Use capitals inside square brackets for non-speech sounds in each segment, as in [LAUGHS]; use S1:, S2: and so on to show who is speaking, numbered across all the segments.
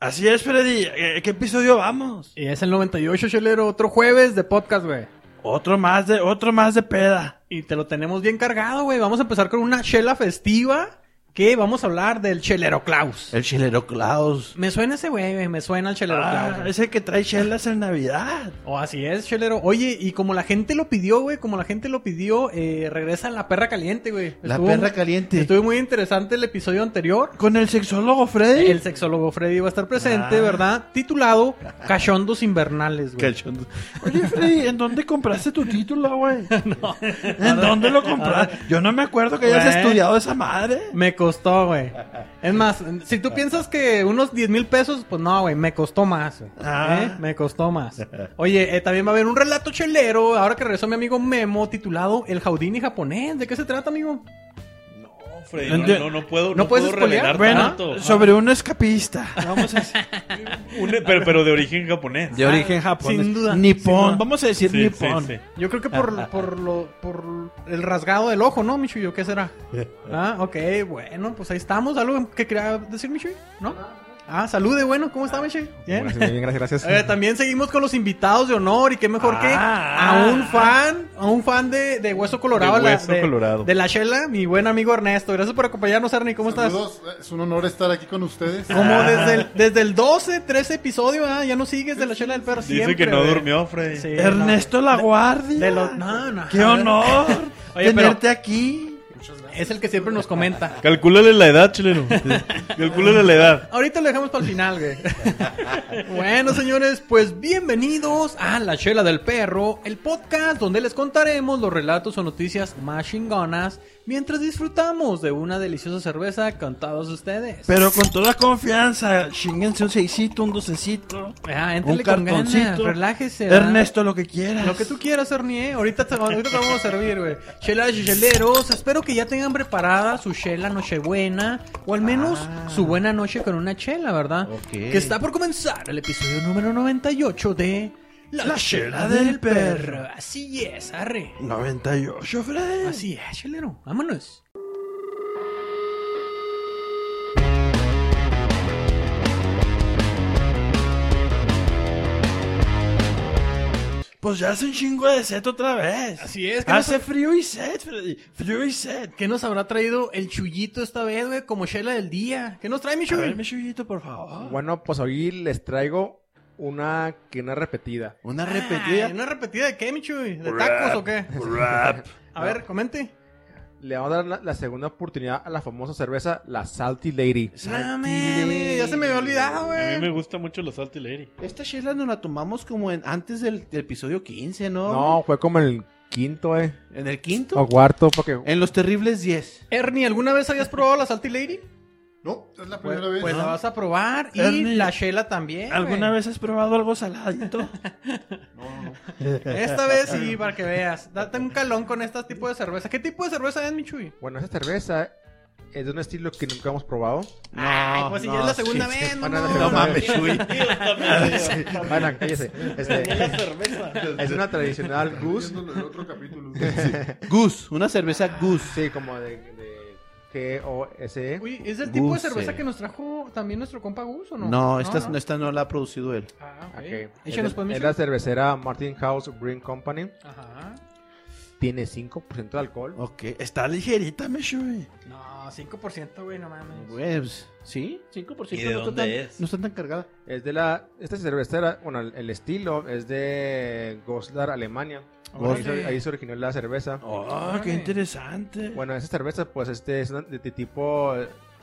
S1: Así es, Freddy. ¿Eh, ¿Qué episodio vamos?
S2: Y es el 98, Cholero, otro jueves de podcast, güey.
S1: Otro más de, otro más de peda.
S2: Y te lo tenemos bien cargado, güey. Vamos a empezar con una chela festiva que vamos a hablar del Chelero Klaus.
S1: El chilero Klaus.
S2: Me suena ese güey, güey, me suena el Chelero Klaus.
S1: Ah,
S2: güey.
S1: es el que trae chelas en Navidad.
S2: Oh, así es, Chelero. Oye, y como la gente lo pidió, güey, como la gente lo pidió, eh, regresa la perra caliente, güey.
S1: La
S2: Estuvo-
S1: perra caliente.
S2: Estuvo muy interesante el episodio anterior.
S1: Con el sexólogo, Freddy.
S2: El sexólogo Freddy va a estar presente,
S1: Ah.
S2: ¿verdad? Titulado Cachondos Invernales, güey.
S1: Cachondo. Oye, Freddy, ¿en dónde compraste tu
S2: [LAUGHS]
S1: título, güey? ¿En dónde lo compraste? Yo no me acuerdo que hayas
S2: Güey.
S1: estudiado esa madre.
S2: Me costó, güey. Es más, si tú piensas que unos 10 mil pesos, pues no, güey, me costó más. güey.
S1: Ah.
S2: ¿Eh? Me costó más. Oye, eh, también va a haber un relato chelero, ahora que regresó mi amigo Memo, titulado El Jaudini japonés. ¿De qué se trata, amigo?
S3: No, Freddy,
S1: No
S3: no,
S1: enti-
S3: no, no puedo,
S2: ¿No
S3: no,
S2: puedes
S3: puedo
S2: spoilear?
S3: revelar
S1: Bueno,
S3: tanto. Ah,
S1: sobre un escapista. Vamos a decir.
S3: Un- pero, pero de origen japonés.
S1: De origen japonés.
S2: sin duda,
S1: Nipón.
S2: sin duda.
S1: Vamos a decir
S3: Sí, sí,
S1: nipón.
S3: sí.
S2: Yo creo que por, por, lo, por el rasgado del ojo, ¿no, Michuyo? ¿Qué será? Ah, ok, bueno, pues ahí estamos. ¿Algo que quería decir, Michuyo? ¿No? Ah, salude, bueno, ¿cómo está, Michuyo? Bien.
S4: Gracias, bien, gracias, gracias.
S2: Eh, también seguimos con los invitados de honor y qué mejor que a
S1: Ah.
S2: un fan, a un fan de, de Hueso Colorado,
S3: De
S2: la-
S3: Hueso Colorado.
S2: de la Shela, mi buen amigo Ernesto. Gracias por acompañarnos, Ernie. ¿Cómo estás?
S5: Saludos, es un honor estar aquí con ustedes.
S3: Ah.
S2: Como desde el, desde el 12, 13 episodio, ah, ya no sigues de la Shela del Perro
S3: Dice
S2: siempre,
S3: que no
S2: güey.
S3: durmió, Freddy.
S2: Sí,
S1: Ernesto La Guardia.
S2: de los- no, no.
S1: Qué honor
S2: Oye, pero-
S1: tenerte aquí.
S5: Muchas
S2: no,
S5: gracias.
S2: es el que siempre nos comenta.
S3: Calcúlale la edad, chileno. [LAUGHS] Calcúlale la edad.
S2: Ahorita lo dejamos para el final, güey. [LAUGHS] bueno, señores, pues bienvenidos a La Chela del Perro, el podcast donde les contaremos los relatos o noticias más chingonas mientras disfrutamos de una deliciosa cerveza con todos ustedes.
S1: Pero con toda confianza, chinguense un seisito, un docecito,
S2: Ah,
S1: un
S2: éntrale con ganas,
S1: cartoncito.
S2: relájese. ¿verdad?
S1: Ernesto, lo que quieras.
S2: Lo que tú quieras, Ernie, ¿eh? ahorita te, ahorita te vamos a servir, güey. Chelas y cheleros, espero que ya tengan preparada su chela nochebuena, o al menos su buena noche con una chela, ¿verdad?
S1: Ok.
S2: Que está por comenzar el episodio número 98 de... La,
S1: La
S2: chela
S1: Chela
S2: del
S1: del
S2: perro. Así es, arre.
S1: 98, Freddy.
S2: Así es, chelero, vámonos.
S1: Pues ya hace un chingo de set otra vez.
S2: Así es, que no
S1: Hace frío y set, Freddy. Frío y set.
S2: ¿Qué nos habrá traído el chullito esta vez, güey? Como chela del día. ¿Qué nos trae, mi
S1: A
S2: chullo?
S1: ver, mi chuyito, por favor.
S4: Bueno, pues hoy les traigo una que una repetida.
S1: Una
S2: Ah,
S1: repetida.
S2: ¿Una repetida de qué, Michuy? ¿De tacos o qué?
S1: Rap.
S2: A ver, comente.
S4: Le vamos a dar la, la segunda oportunidad a la famosa cerveza, la Salty Lady.
S2: No mames, ya se me había olvidado,
S3: A mí me
S2: güey.
S3: gusta mucho los Salty Lady.
S6: Esta chela nos la tomamos como en, antes del, del episodio 15, ¿no?
S4: No, fue como el quinto, eh.
S6: ¿En el quinto?
S4: O cuarto, porque...
S2: Eh.
S6: En los terribles 10.
S2: Ernie, ¿alguna vez habías probado la Salty Lady?
S5: No, es la
S2: Pues,
S5: primera vez. Ah,
S2: pues la vas a probar y
S1: Ernie,
S2: la Shela también.
S1: ¿Alguna
S2: güey.
S1: vez has probado algo saladito?
S2: Esta vez sí, para que veas. Date un calón con este tipo de cerveza. ¿Qué tipo de cerveza es, Michuy?
S4: Bueno, esa cerveza es de un estilo que nunca hemos probado.
S2: Ay, pues si ya es la segunda
S6: sí,
S2: vez,
S6: sí.
S2: no,
S4: Bueno, la
S6: No
S4: segunda
S6: mames, Chuy.
S4: [LAUGHS] Bueno, cállese. Este,
S2: ah,
S4: es una tradicional goose.
S5: Viendo el otro
S2: [LAUGHS]
S5: capítulo.
S6: [LAUGHS] Goose, una cerveza Goose.
S4: Sí, como de... de G-O-S-E.
S2: Uy, ¿es el tipo de
S6: Goose.
S2: cerveza que nos trajo también nuestro compa Gus o no?
S6: No, esta no, esta no la ha producido él.
S2: Ah, ok.
S4: Ok.
S2: Échanos,
S4: Es-
S2: pues,
S4: es
S2: Michuy.
S4: la cervecera Martin House Brewing Company.
S2: Ajá.
S4: Tiene 5% de alcohol.
S6: Ok.
S1: Está ligerita, mi Chuy.
S2: No, 5%, güey, no mames.
S6: Webs. Pues, ¿Sí? 5%.
S3: ¿Y de
S6: no está
S3: dónde
S6: tan-
S3: es?
S6: No está tan cargada.
S4: Es de la. Esta cervecera, bueno, el, el estilo es de Goslar, Alemania. Ahí, se-
S2: Órale.
S4: ahí se originó la cerveza.
S1: Oh, qué
S2: Ay.
S1: interesante.
S4: Bueno, esa cerveza, pues, este es de, de tipo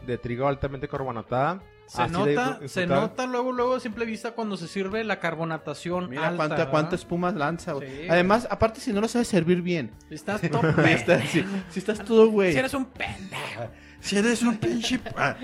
S4: de trigo altamente carbonatada.
S2: Se
S4: Así de
S2: nota,
S4: disfrutar.
S2: se nota luego, luego a simple vista cuando se sirve la carbonatación.
S6: Mira
S2: alta,
S6: cuánta,
S2: ¿verdad?
S6: cuánta espuma lanza. güey.
S2: Sí.
S6: Además, aparte, si no la sabes servir
S3: [LAUGHS]
S6: bien.
S2: Estás tope.
S6: Si estás, si- si estás todo, güey.
S2: Si eres un pendejo.
S1: Si eres un pinche... Ah,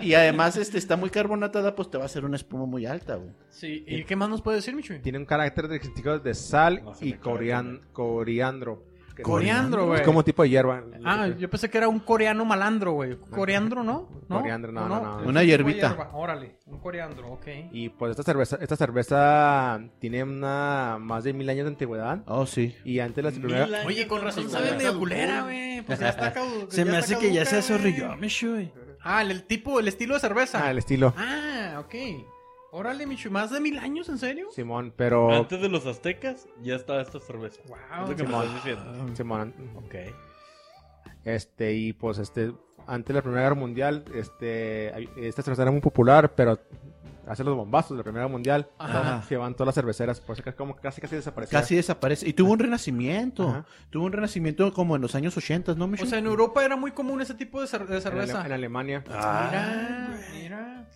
S6: Y además, este está muy carbonatada, pues te va a hacer una espuma muy alta, güey.
S2: Sí, ¿y qué más nos puede decir, Michuy?
S4: Tiene un carácter característico de sal
S3: No, se me
S4: y
S3: acaba de
S4: corian- coriandro. que es-
S2: Coriandro,
S4: Es
S2: güey.
S4: como tipo de hierba.
S2: Ah, yo pensé que era un coreano malandro, güey. ¿Coreandro, no? ¿No?
S4: Coriandro, no,
S2: ¿O
S4: no, no.
S2: Es
S6: Una
S2: un tipo de
S6: hierbita.
S2: hierba. Órale, un coreandro, ok.
S4: Y pues esta cerveza, esta cerveza tiene una más de mil años de antigüedad.
S6: Oh, sí.
S4: Y antes la primera,
S2: Oye, con razón
S5: sabe
S2: sabe
S5: medio
S2: medio culera,
S5: culera,
S1: [LAUGHS]
S2: güey. Pues ya está caduca.
S1: se
S2: está
S1: me hace que
S2: caduca,
S1: ya se
S2: güey.
S1: azorrilló, mi Chuy.
S2: Ah, el, el tipo, el estilo de cerveza.
S4: Ah, el estilo.
S2: Ah, ok. Órale, Michu, ¿más de mil años, en serio?
S4: Simón, pero.
S3: Antes de los aztecas, ya estaba esta cerveza. Es lo
S2: Wow.
S3: que me estás diciendo.
S4: Simón,
S3: Ok.
S4: este, y pues este, antes de la Primera Guerra Mundial, este, hay- esta cerveza era muy popular, pero hace los bombazos de la Primera Guerra Mundial.
S6: Ajá.
S4: Se van todas las cerveceras, por eso que como que casi casi desaparecieron.
S6: Casi desaparece. Y tuvo un renacimiento.
S4: Ajá.
S6: Tuvo un renacimiento como en los años 80, ¿no, Michu?
S2: O sea, en Europa era muy común ese tipo de, cer- de
S4: en, Ale-
S2: cerveza. Ah.
S4: en Alemania.
S2: Mira, mira.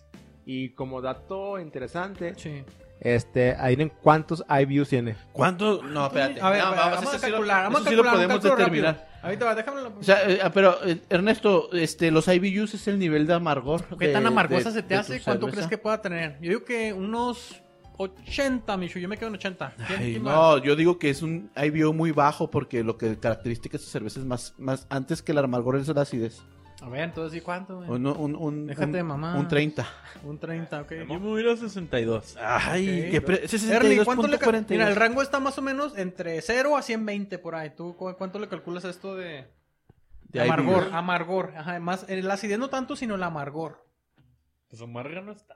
S4: Y como dato interesante,
S2: Sí.
S4: este, adivinen cuántos IBUs tiene.
S6: ¿Cuánto? No, espérate.
S2: A ver,
S6: No,
S2: a
S6: vamos,
S2: ver, vamos a
S6: eso sí lo-
S2: calcular. Vamos a
S6: eso sí lo
S2: calcular un
S6: podemos
S2: cálculo rápido.
S6: determinar.
S2: Ahorita va, déjamelo.
S6: O sea, eh, ah, pero eh, Ernesto, este, los IBUs es el nivel de amargor.
S2: ¿Qué
S6: de-
S2: tan amargosa
S6: de-
S2: se
S6: de
S2: te hace?
S6: tu
S2: ¿Cuánto
S6: cerveza.
S2: crees que pueda tener? Yo digo que unos 80, Michu. Yo me quedo en 80. ¿Quién-
S6: Ay,
S2: quién va?
S6: no, yo digo que es un IBU muy bajo porque lo que caracteriza esta cerveza es más, más antes que el amargor es la acidez.
S2: A ver, entonces, ¿y cuánto? güey?
S6: Un, un, un,
S2: Déjate
S6: un-
S2: de mamá.
S6: un 30.
S2: Un 30, ok.
S3: Yo me voy a ir a 62.
S6: Ay,
S2: Ok.
S6: qué pre- ese es
S2: Erly, ¿cuánto le cal-
S6: 62.42.
S2: Mira, el rango está más o menos entre 0 a 120 por ahí. ¿Tú cu- cuánto le calculas a esto de,
S6: De
S2: de amargor?
S6: IBU.
S2: Amargor. Ajá, más el acidez no tanto, sino el amargor.
S3: Pues amarga no está.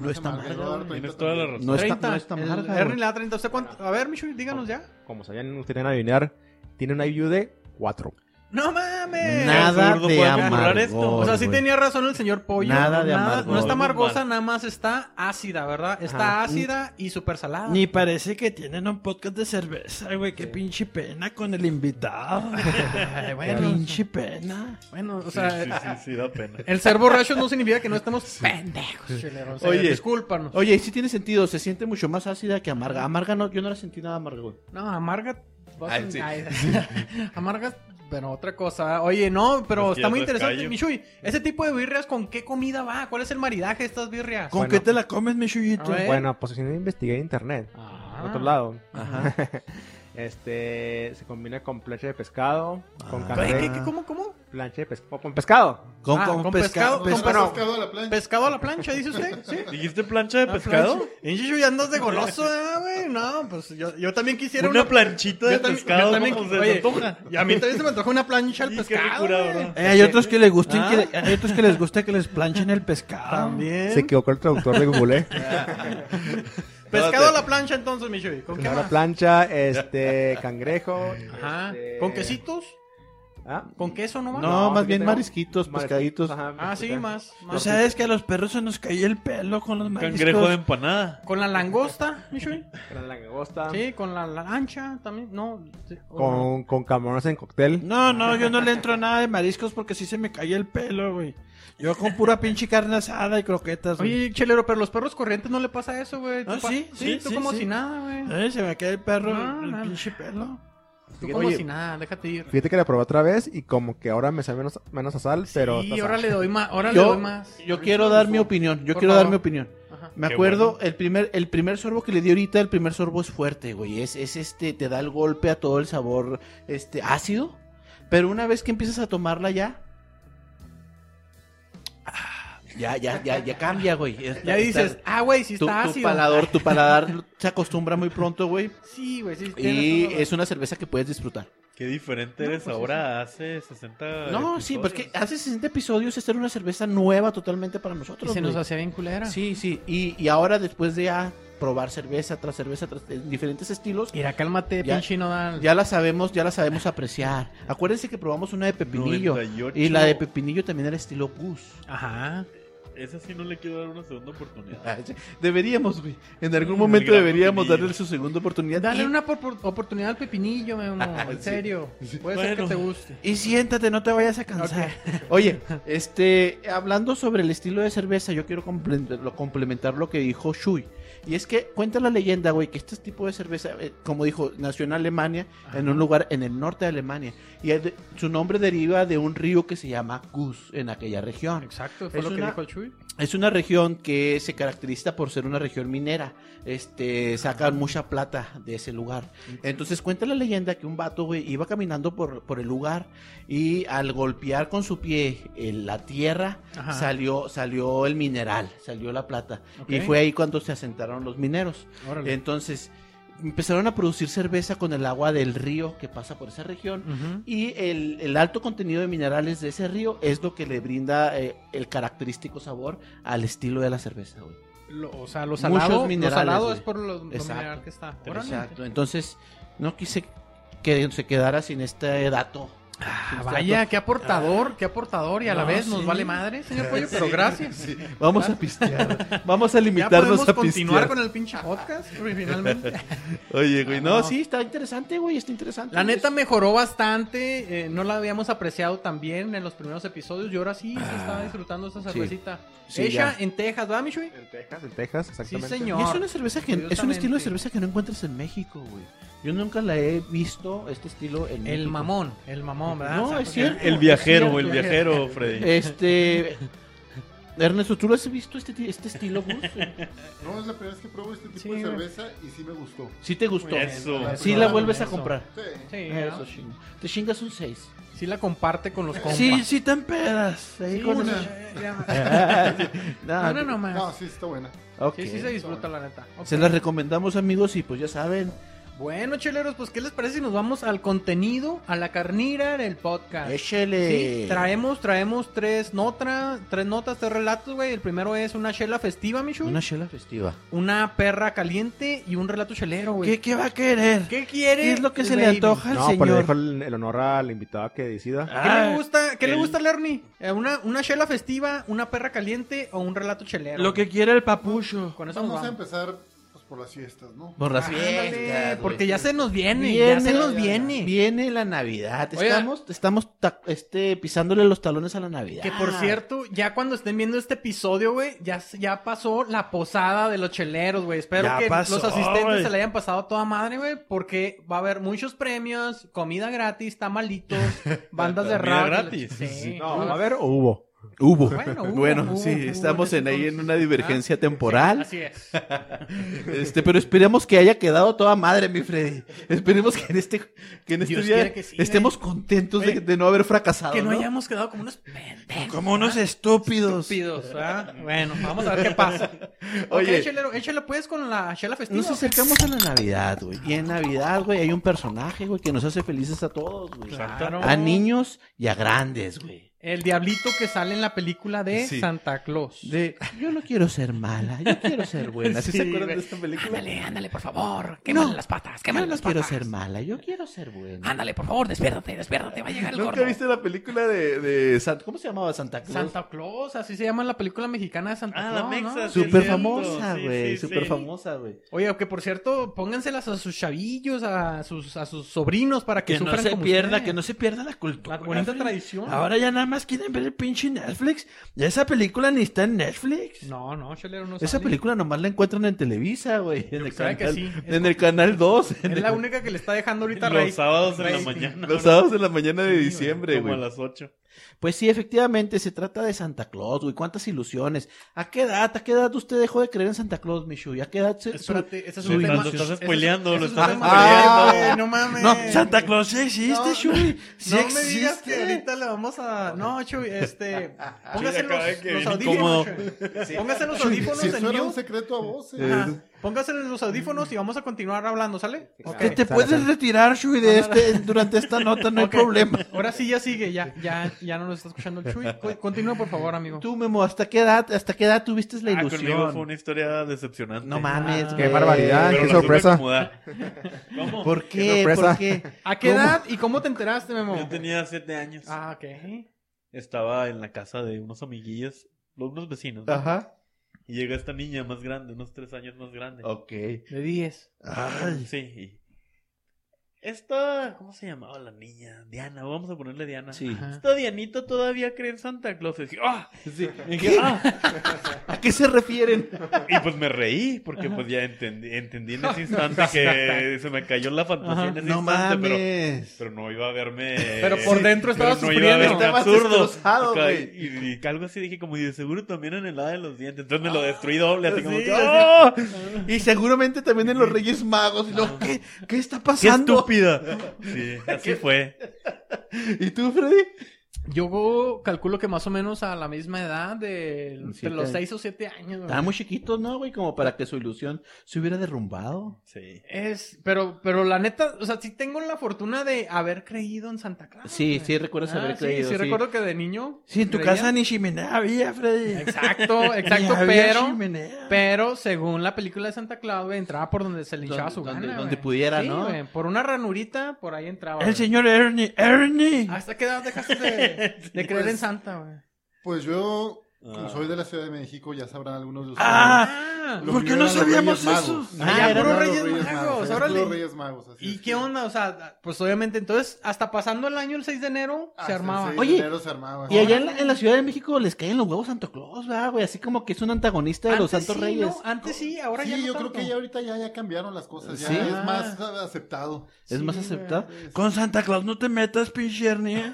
S6: No está
S5: amarga,
S6: amarga,
S5: güey.
S3: Tienes toda la razón.
S6: No está-
S2: 30.
S6: no está
S2: El-
S6: amarga,
S2: Ernie
S6: güey.
S2: le da 30. ¿Usted cuánto? A ver, Michu, díganos ya.
S4: Como sabían, ustedes van a adivinar, tiene un IBU de 4.
S2: ¡No mames!
S6: Nada
S3: Zurdo,
S6: de
S3: ¿podemos borrar esto?
S6: amargor.
S2: O sea, sí
S6: güey.
S2: tenía razón el señor Pollo.
S6: Nada de amargor.
S2: No está amargosa, nada más está ácida, ¿verdad? Está ácida y súper salada.
S1: Ni parece que tienen un podcast de cerveza, güey. Qué pinche pena con el invitado.
S2: Ay,
S1: Qué
S2: bueno,
S1: pinche pena.
S2: bueno, o
S3: Sí,
S2: sea,
S3: sí, sí, sí, da pena.
S2: el ser borracho no significa que no estemos pendejos, chilero. O sea,
S6: Oye.
S2: discúlpanos.
S6: Oye, y sí tiene sentido, se siente mucho más ácida que amarga. Amarga no, yo no la sentí nada amarga, güey.
S2: No, amarga. vas a-
S6: Ay, sí.
S2: Ay, [LAUGHS] amarga, pero otra cosa. Oye, no, pero
S3: Pues que
S2: está
S3: ya
S2: muy
S3: no es
S2: interesante.
S3: callo.
S2: Michuy, ese tipo de birrias, ¿con qué comida va? ¿Cuál es el maridaje de estas birrias?
S1: ¿Con
S4: Bueno.
S1: qué te la comes, mi chuyito?
S2: A ver.
S4: Bueno, pues si no investigué en internet.
S2: Ah.
S4: En otro lado.
S6: Ajá.
S4: Este se combina con plancha de pescado, con
S6: Ah.
S2: Ay, ¿qué,
S4: café,
S2: qué, cómo, cómo?
S4: plancha de pescado, con pescado.
S1: Con,
S2: Ah,
S1: con
S2: con pescado,
S1: pescado.
S2: con
S1: pes-
S2: pescado.
S5: Pescado pescado a la plancha.
S2: ¿Pescado a la plancha, dice usted? Sí.
S3: ¿Dijiste plancha
S2: ¿Ah,
S3: de pescado?
S2: [LAUGHS] En Chichu ya andas de goloso, ¿eh, güey. No, pues yo, yo también quisiera
S3: Una
S2: una,
S3: planchita de
S2: yo también-
S3: pescado.
S2: yo también-
S3: ¿cómo se
S2: oye,
S3: antoja?
S2: Y a mí también se me antoja una plancha al
S3: Sí, qué
S2: pescado.
S3: ricura,
S2: güey.
S3: ¿verdad?
S1: Eh, hay otros que les gusten
S2: Ah.
S1: que le- hay otros que les gusta que les planchen el
S3: Ah,
S1: pescado.
S4: Se equivocó el traductor de Google. [LAUGHS] ¿eh?
S2: Pescado a la plancha entonces, Michuy. ¿Con qué
S4: Pescado a la
S2: más?
S4: plancha, este cangrejo.
S2: Ajá.
S4: este-
S2: ¿Con quesitos?
S4: ¿Ah,
S2: ¿Con queso nomás?
S6: No, más
S4: aquí
S6: bien
S4: tengo
S6: marisquitos,
S4: mariscos,
S6: pescaditos.
S4: ajá,
S2: Ah, sí,
S4: pescaditos.
S2: más. más.
S1: O sea, es que a los perros se nos caía el pelo con los mariscos.
S3: Cangrejo de empanada.
S2: ¿Con la langosta, Michuy?
S4: La
S3: Ah.
S4: langosta.
S2: Sí, con la lancha también. No. sí, o no.
S4: Con, con camarones en cóctel.
S1: No, no, yo no le entro a nada de mariscos porque sí se me caía el pelo, güey. Yo con pura pinche carne asada y croquetas, güey.
S2: Oye, chelero, pero los perros corrientes no le pasa eso, güey. Tú
S1: Ah,
S2: pa-
S1: sí, sí,
S2: tú
S1: sí,
S2: como
S1: sí.
S2: si nada, güey.
S1: Eh, se me cae el perro,
S2: No,
S1: el
S2: no.
S1: pinche pelo.
S2: Tú como
S4: Oye,
S2: si nada, déjate ir.
S4: Fíjate que la probé otra vez y como que ahora me sabe menos, menos a sal, pero.
S2: Y
S4: está
S2: ahora
S4: sal.
S2: le doy más, ahora le
S6: Yo,
S2: doy más.
S6: yo quiero dar mi opinión, yo
S2: Por
S6: quiero dar mi
S2: favor.
S6: opinión.
S2: Ajá.
S6: Me
S3: Qué
S6: acuerdo,
S3: bueno.
S6: el, primer, el primer sorbo que le di ahorita, el primer sorbo es fuerte, güey. Es, es este, te da el golpe a todo el sabor este, ácido. Pero una vez que empiezas a tomarla ya. ah, Ya, ya, ya, ya cambia, güey. Está-
S2: Ya
S6: está-
S2: dices, ah, güey, sí
S6: tu,
S2: está
S6: tu
S2: ácido. Ah,
S6: palador, tu paladar se acostumbra muy pronto, güey.
S2: Sí, güey, sí.
S6: Y
S2: tienes razón.
S6: es una cerveza que puedes disfrutar.
S3: Qué diferente
S2: No,
S3: eres
S2: pues,
S3: ahora hace 60
S6: No, sí, pues,
S3: episodios.
S6: porque hace 60 episodios esta era una cerveza nueva totalmente para
S2: Y
S6: nosotros.
S2: se nos
S6: güey.
S2: hacía bien
S3: Ah.
S2: culera.
S6: Sí, sí. Y, y ahora después de ah, probar cerveza tras cerveza tras en diferentes estilos,
S2: Mira, cálmate,
S6: Ya-
S2: pinche Nodal.
S6: ya la sabemos, ya la sabemos apreciar. Acuérdense que probamos una de pepinillo
S3: 98.
S6: ah, y la de pepinillo también era estilo Gus. [LAUGHS]
S2: Ajá.
S3: Esa sí no le quiero dar una segunda
S6: Ah,
S3: oportunidad.
S6: Deberíamos, güey. En algún
S3: Mm, El
S6: momento
S3: gran
S6: deberíamos
S3: Pepinillo.
S6: darle su segunda oportunidad.
S2: Dale
S6: y,
S2: una por- por- oportunidad al pepinillo, Memo.
S6: [LAUGHS] Ah,
S2: En serio. Puede ser que
S3: Bueno.
S2: te guste.
S1: Y siéntate, no te vayas a cansar.
S6: Oye, este, hablando sobre el estilo de cerveza, yo quiero complementar lo, complementar lo que dijo Shui. Y es que cuenta la leyenda, güey, que este tipo de cerveza, eh, como dijo, nació en Alemania, en un lugar en el norte de Alemania. Y es de- su nombre deriva de un río que se llama Gus en aquella región.
S2: Exacto, fue
S6: Es
S2: lo que
S6: una-
S2: dijo el Chuy.
S6: Es una región que se caracteriza por ser una región minera. Este, sacan mucha plata de ese lugar. Entonces cuenta la leyenda que un vato, güey, iba caminando por, por el lugar y al golpear con su pie en la tierra,
S2: Ajá.
S6: salió, salió el mineral, salió la plata. Y
S2: Ok.
S6: fue ahí cuando se asentaron los mineros.
S2: Órale.
S6: Entonces empezaron a producir cerveza con el agua del río que pasa por esa región.
S2: Ujú.
S6: Y el, el alto contenido de minerales de ese río es lo que le brinda eh, el característico sabor al estilo de la cerveza, güey.
S2: lo- o sea, lo
S6: Muchos
S2: salado, lo
S6: minerales,
S2: salado
S6: güey.
S2: es por lo, lo
S6: Exacto.
S2: mineral que está. Órale.
S6: Exacto. Entonces, no quise que se quedara sin este dato.
S2: Ah,
S6: Sin este
S2: vaya,
S6: dato.
S2: qué aportador, qué aportador y a la
S6: No,
S2: vez nos
S6: sí.
S2: vale
S6: [LAUGHS]
S2: madre, señor Pollo, pero gracias.
S5: Sí.
S6: Vamos a
S2: [LAUGHS]
S6: pistear.
S1: Vamos a
S2: Ya
S1: limitarnos
S2: podemos
S1: a
S2: continuar
S1: pistear.
S2: con el pinche podcast, güey, finalmente.
S1: Oye, güey, no,
S6: ah, No,
S1: sí.
S6: sí, está interesante, güey, está interesante.
S2: La neta mejoró bastante, eh, no la habíamos apreciado tan bien en los primeros episodios y ahora sí se estaba disfrutando esa cervecita.
S6: Ah. Sí,
S2: Hecha
S6: ya.
S2: en Texas, ¿verdad, Michoy?
S4: En Texas, en Texas,
S2: Sí,
S4: exactamente.
S2: señor.
S6: Y es una cerveza que es un
S2: Curiosamente.
S6: estilo de cerveza que no encuentras en México, güey. Yo nunca la he visto este estilo en México.
S2: El mamón, el mamón, ¿verdad?
S6: No,
S2: O sea,
S6: es
S2: porque-
S6: cierto.
S3: El viajero,
S6: es
S3: el
S6: cierto.
S3: viajero, Freddy.
S6: Este Ernesto, ¿tú lo has visto este ti- este estilo, Gus?
S2: [LAUGHS]
S5: No, es la primera vez que pruebo este tipo
S2: Sí,
S5: de
S2: güey.
S5: cerveza y sí me gustó.
S6: Sí te gustó.
S3: Eso.
S6: Sí la vuelves a comprar.
S5: Sí.
S2: Pues, Sí, ¿verdad?
S6: Eso, chinga. Te chingas un 6.
S2: Sí la comparte con los compas.
S1: Sí, sí, te empedas. Ahí
S6: Sí,
S1: con
S5: una.
S2: [LAUGHS]
S1: esos-
S6: [LAUGHS]
S2: No, no, no más.
S5: No, sí, está buena.
S6: Ok.
S2: Sí, sí se disfruta, la neta. Ok.
S6: Se las recomendamos, amigos, y pues ya saben.
S2: Bueno, cheleros, pues, ¿qué les parece si nos vamos al contenido, a la carnira del podcast?
S6: Échele.
S2: Ah, Sí, traemos, traemos tres notas, tres notas, tres relatos, güey. El primero es una chela festiva, Michu.
S6: Una
S2: Una,
S6: chela festiva.
S2: perra caliente y un relato chelero, güey.
S1: ¿Qué, ¿Qué va a querer?
S2: ¿Qué quiere?
S1: ¿Qué es lo que se le
S2: baby?
S1: antoja al
S4: No, pues le
S1: señor?
S4: dejo el, el honor al invitado que decida.
S2: ¿Qué
S1: Ah,
S2: le gusta, qué le
S3: el-
S2: gusta al Ernie? Eh, una, una chela festiva, una perra caliente o un relato chelero.
S1: Lo que quiere el papucho.
S2: con eso nos
S5: Vamos a
S2: vamos.
S5: empezar pues, por las fiestas, ¿no?
S6: Por las
S2: Ándale,
S6: fiestas.
S2: porque
S6: güey.
S2: ya se nos viene, ya
S6: Viene,
S2: se nos
S5: ya, ya.
S2: viene.
S6: Viene la Navidad.
S2: Oiga.
S6: Estamos, estamos ta- este, pisándole los talones a la Navidad.
S2: Que por cierto, ya cuando estén viendo este episodio, güey, ya, ya pasó la posada de los cheleros, güey. Espero
S1: Ya
S2: que
S1: pasó,
S2: los asistentes
S1: güey.
S2: se la hayan pasado a toda madre, güey, porque va a haber muchos premios, comida
S7: [LAUGHS]
S2: gratis, tamalitos, bandas de
S3: Comida
S2: rap.
S3: gratis.
S2: Sí.
S4: No, ¿va a ver o hubo?
S7: Hubo.
S2: Bueno,
S7: Bueno,
S2: hubo, hubo,
S7: sí,
S2: hubo
S7: estamos
S2: en
S7: en ahí
S2: ese
S7: en una
S2: entonces. Ah,
S7: divergencia
S2: Sí,
S7: temporal.
S2: así es.
S7: este, pero esperemos que haya quedado toda madre, mi Freddy. Esperemos que en este, que en este
S2: Dios quiera
S7: día
S2: que sí, ¿eh?
S7: estemos contentos de, de no haber fracasado.
S2: Que no
S7: ¿no?
S2: hayamos quedado como unos pendejos.
S1: Como unos estúpidos.
S2: Estúpidos,
S7: [LAUGHS]
S2: ¿verdad? Bueno, vamos a ver qué pasa. Oye,
S7: Oye.
S2: chelero, échale pues con la chela festiva.
S6: Nos acercamos a la Navidad, güey. Y en Navidad, güey, hay un personaje, güey, que nos hace felices a todos, güey.
S2: Claro.
S6: A niños y a grandes, güey.
S2: El diablito que sale en la película de
S7: Sí.
S2: Santa Claus.
S7: De-
S6: Yo no quiero ser mala, yo quiero ser buena.
S7: ¿Sí
S6: ¿Sí
S7: se
S6: se-
S7: acuerdan de esta película?
S8: Ándale, ándale, por favor. Quémale
S6: No.
S8: las patas,
S6: Yo
S8: quémale
S6: no
S8: las
S6: quiero
S8: patas.
S6: ser mala, yo quiero ser buena.
S8: Ándale, por favor, despiértate, despiértate. Va a llegar el
S7: ¿Nunca
S8: gordo.
S7: viste la película de, de Eh, San- ¿Cómo se llamaba Santa Claus?
S2: Santa Claus, así se llama la película mexicana de Santa
S3: Ah,
S2: Claus.
S3: la
S2: ¿no?
S3: Mexa, sí.
S7: Súper
S3: es cierto.
S7: famosa,
S3: Sí,
S7: güey.
S3: sí,
S7: Súper
S3: sí.
S7: famosa, güey.
S2: Oye, que por cierto, pónganselas a sus chavillos, a sus, a sus sobrinos para que,
S1: Que no
S2: sufran
S1: se
S2: como
S1: pierda,
S2: ustedes.
S1: que no se pierda Ah, la cultura.
S2: La bonita
S1: Freddy.
S2: tradición.
S1: Ahora ya nada más quieren ver el pinche Netflix. Ya esa película ni está en Netflix.
S2: No, no, chelero, no
S7: Esa
S2: sale.
S7: película nomás la encuentran en Televisa, güey. En, el
S2: sabe que
S7: canal-
S2: sí.
S7: en el canal 2. en
S2: Es
S7: el-
S2: la única que le está dejando ahorita
S3: Los
S2: rating.
S3: sábados en la
S2: Rating.
S3: mañana.
S7: Los sábados en la mañana de
S3: Sí,
S7: diciembre,
S3: Como a
S7: güey.
S3: las 8.
S6: Pues sí, efectivamente, se trata de Santa Claus, güey. ¿Cuántas ilusiones? ¿A qué edad, a qué edad usted dejó de creer en Santa Claus, Michu? ¿Y a qué edad se... su-
S2: Espérate, ese es
S3: Lo
S2: un tema.
S3: estás- lo estás
S2: Ese es-
S3: spoileando,
S2: ese
S3: lo
S2: es un
S3: estás
S2: tema-
S3: spoileando.
S2: Ah, güey, No mames.
S1: No, Santa Claus sí existe,
S2: No,
S1: Chuy. Sí
S2: no me
S1: existe.
S2: digas que ahorita le vamos a. No, Chuy, este. Póngase
S3: Chuy, acaba de
S2: los,
S3: que
S2: los
S3: bien
S2: audífonos.
S3: incómodo.
S2: Chuy. Póngase los audífonos
S5: Si
S2: en
S5: eso era
S2: mute.
S5: un secreto a voces. pues,
S2: Ajá. Póngase los audífonos y vamos a continuar hablando, ¿sale? Ok.
S1: Que te puedes retirar, Chuy, de este, durante esta nota, no hay
S2: Ok.
S1: problema.
S2: Ahora sí ya sigue, ya, ya, ya no nos está escuchando el [LAUGHS] Chuy. Co- Continúa, por favor, amigo.
S6: Tú, Memo, ¿hasta qué edad, hasta qué edad tuviste la
S3: Ah, conmigo fue
S6: ilusión?
S3: una historia decepcionante.
S6: No mames,
S2: Ah,
S4: Qué
S6: güey.
S4: barbaridad,
S3: Pero
S4: qué
S3: la tuve que
S4: sorpresa.
S3: mudar. [LAUGHS] ¿Cómo?
S6: ¿Por qué? ¿Por
S4: sorpresa.
S6: qué?
S2: ¿A qué edad y cómo te enteraste, Memo?
S3: Yo tenía 7 años.
S2: Ah, ok.
S3: Estaba en la casa de unos amiguillos, los- unos vecinos. ¿no?
S7: Ajá.
S3: Y llega esta niña más grande, unos 3 años más grande.
S7: Ok.
S2: De 10.
S3: Sí. y- Esta, ¿cómo se llamaba la niña? Diana, vamos a ponerle Diana.
S7: Sí.
S2: Ajá.
S3: Esta Dianita todavía cree en Santa Claus. Y dije, ¡ah!
S7: Sí.
S3: Y dije, "Ah".
S7: [LAUGHS] ¿A qué se refieren?
S3: Y pues me reí, porque pues ya entendí, entendí en ese instante que se me cayó la fantasía en ese
S7: No
S3: instante, pero
S7: mames.
S3: Pero no iba a verme.
S2: Eh, Pero por dentro estaba
S3: pero no
S2: sufriendo.
S3: iba a verme
S7: Estabas
S3: absurdo.
S7: destrozado,
S3: O sea,
S7: güey.
S3: y, y algo así dije, como, y de seguro también en el lado de los dientes. Entonces me lo destruí doble, así como.
S7: Sí,
S3: que,
S7: así.
S3: ¡ah!
S7: Y seguramente también en los Reyes Magos. Y luego, ¿qué, qué está
S3: ¡Qué
S7: pasando?
S3: [LAUGHS] estúpida! Sí, así fue.
S7: ¿Y tú, Freddy?
S2: Yo calculo que más o menos a la misma edad, de entre
S6: Siete
S2: los
S6: años.
S2: 6 o 7 años. güey.
S6: Estaba muy chiquito, ¿no, güey? Como para que su ilusión se hubiera derrumbado.
S3: Sí.
S2: Es, pero, pero la neta, o sea, sí tengo la fortuna de haber creído en Santa Clara.
S6: Sí,
S2: güey.
S6: sí, recuerdas
S2: Ah,
S6: haber
S2: sí,
S6: creído.
S2: Sí, recuerdo que de niño.
S1: Sí, en tu
S2: creía.
S1: casa ni chimenea había, Freddy.
S2: Exacto,
S1: [LAUGHS] Ni
S2: exacto,
S1: había
S2: pero.
S1: chimenea.
S2: Pero según la película de Santa Claus, güey, entraba por donde se le hinchaba
S6: Donde-
S2: su gana.
S6: donde-
S2: güey.
S6: donde pudiera,
S2: Sí,
S6: ¿no?
S2: güey, Por una ranurita, por ahí entraba.
S1: El
S2: güey.
S1: señor Ernie, Ernie.
S2: ¿Hasta qué edad dejaste de,
S5: [LAUGHS]
S2: de creer en
S5: Pues-
S2: Santa, güey?
S5: Pues yo,
S3: Ah.
S5: como soy de la Ciudad de México, ya sabrán algunos de ustedes.
S1: Ah,
S2: Ah,
S5: Lo
S1: ¿por qué
S5: mío
S1: no
S5: eran los
S1: sabíamos
S5: Reyes
S1: eso?
S5: Magos.
S6: Ah, eran
S5: puros
S2: los Reyes Magos,
S5: eran
S2: órale.
S5: puros Reyes Magos. así
S2: ¿Y
S5: es
S2: qué
S5: que-
S2: onda? O sea, pues obviamente, entonces, hasta pasando el año, el 6 de enero,
S5: Hasta
S2: se
S5: el
S2: armaba.
S5: seis de
S6: Oye,
S5: enero se armaba.
S6: Y allá en la, en la Ciudad de México les caen los huevos Santo Claus, ¿verdad, güey? Así como que es un antagonista de los
S2: Antes
S6: Santos
S2: sí,
S6: Reyes.
S2: ¿no? Antes sí, ahora
S5: sí,
S2: ya no
S5: yo
S2: tanto. Ah.
S5: creo que ya ahorita ya, ya cambiaron las cosas. Ya
S6: Sí.
S5: es más aceptado.
S6: Es más aceptado.
S1: Con Santa Claus no te metas, pinche Ernie. ¿eh?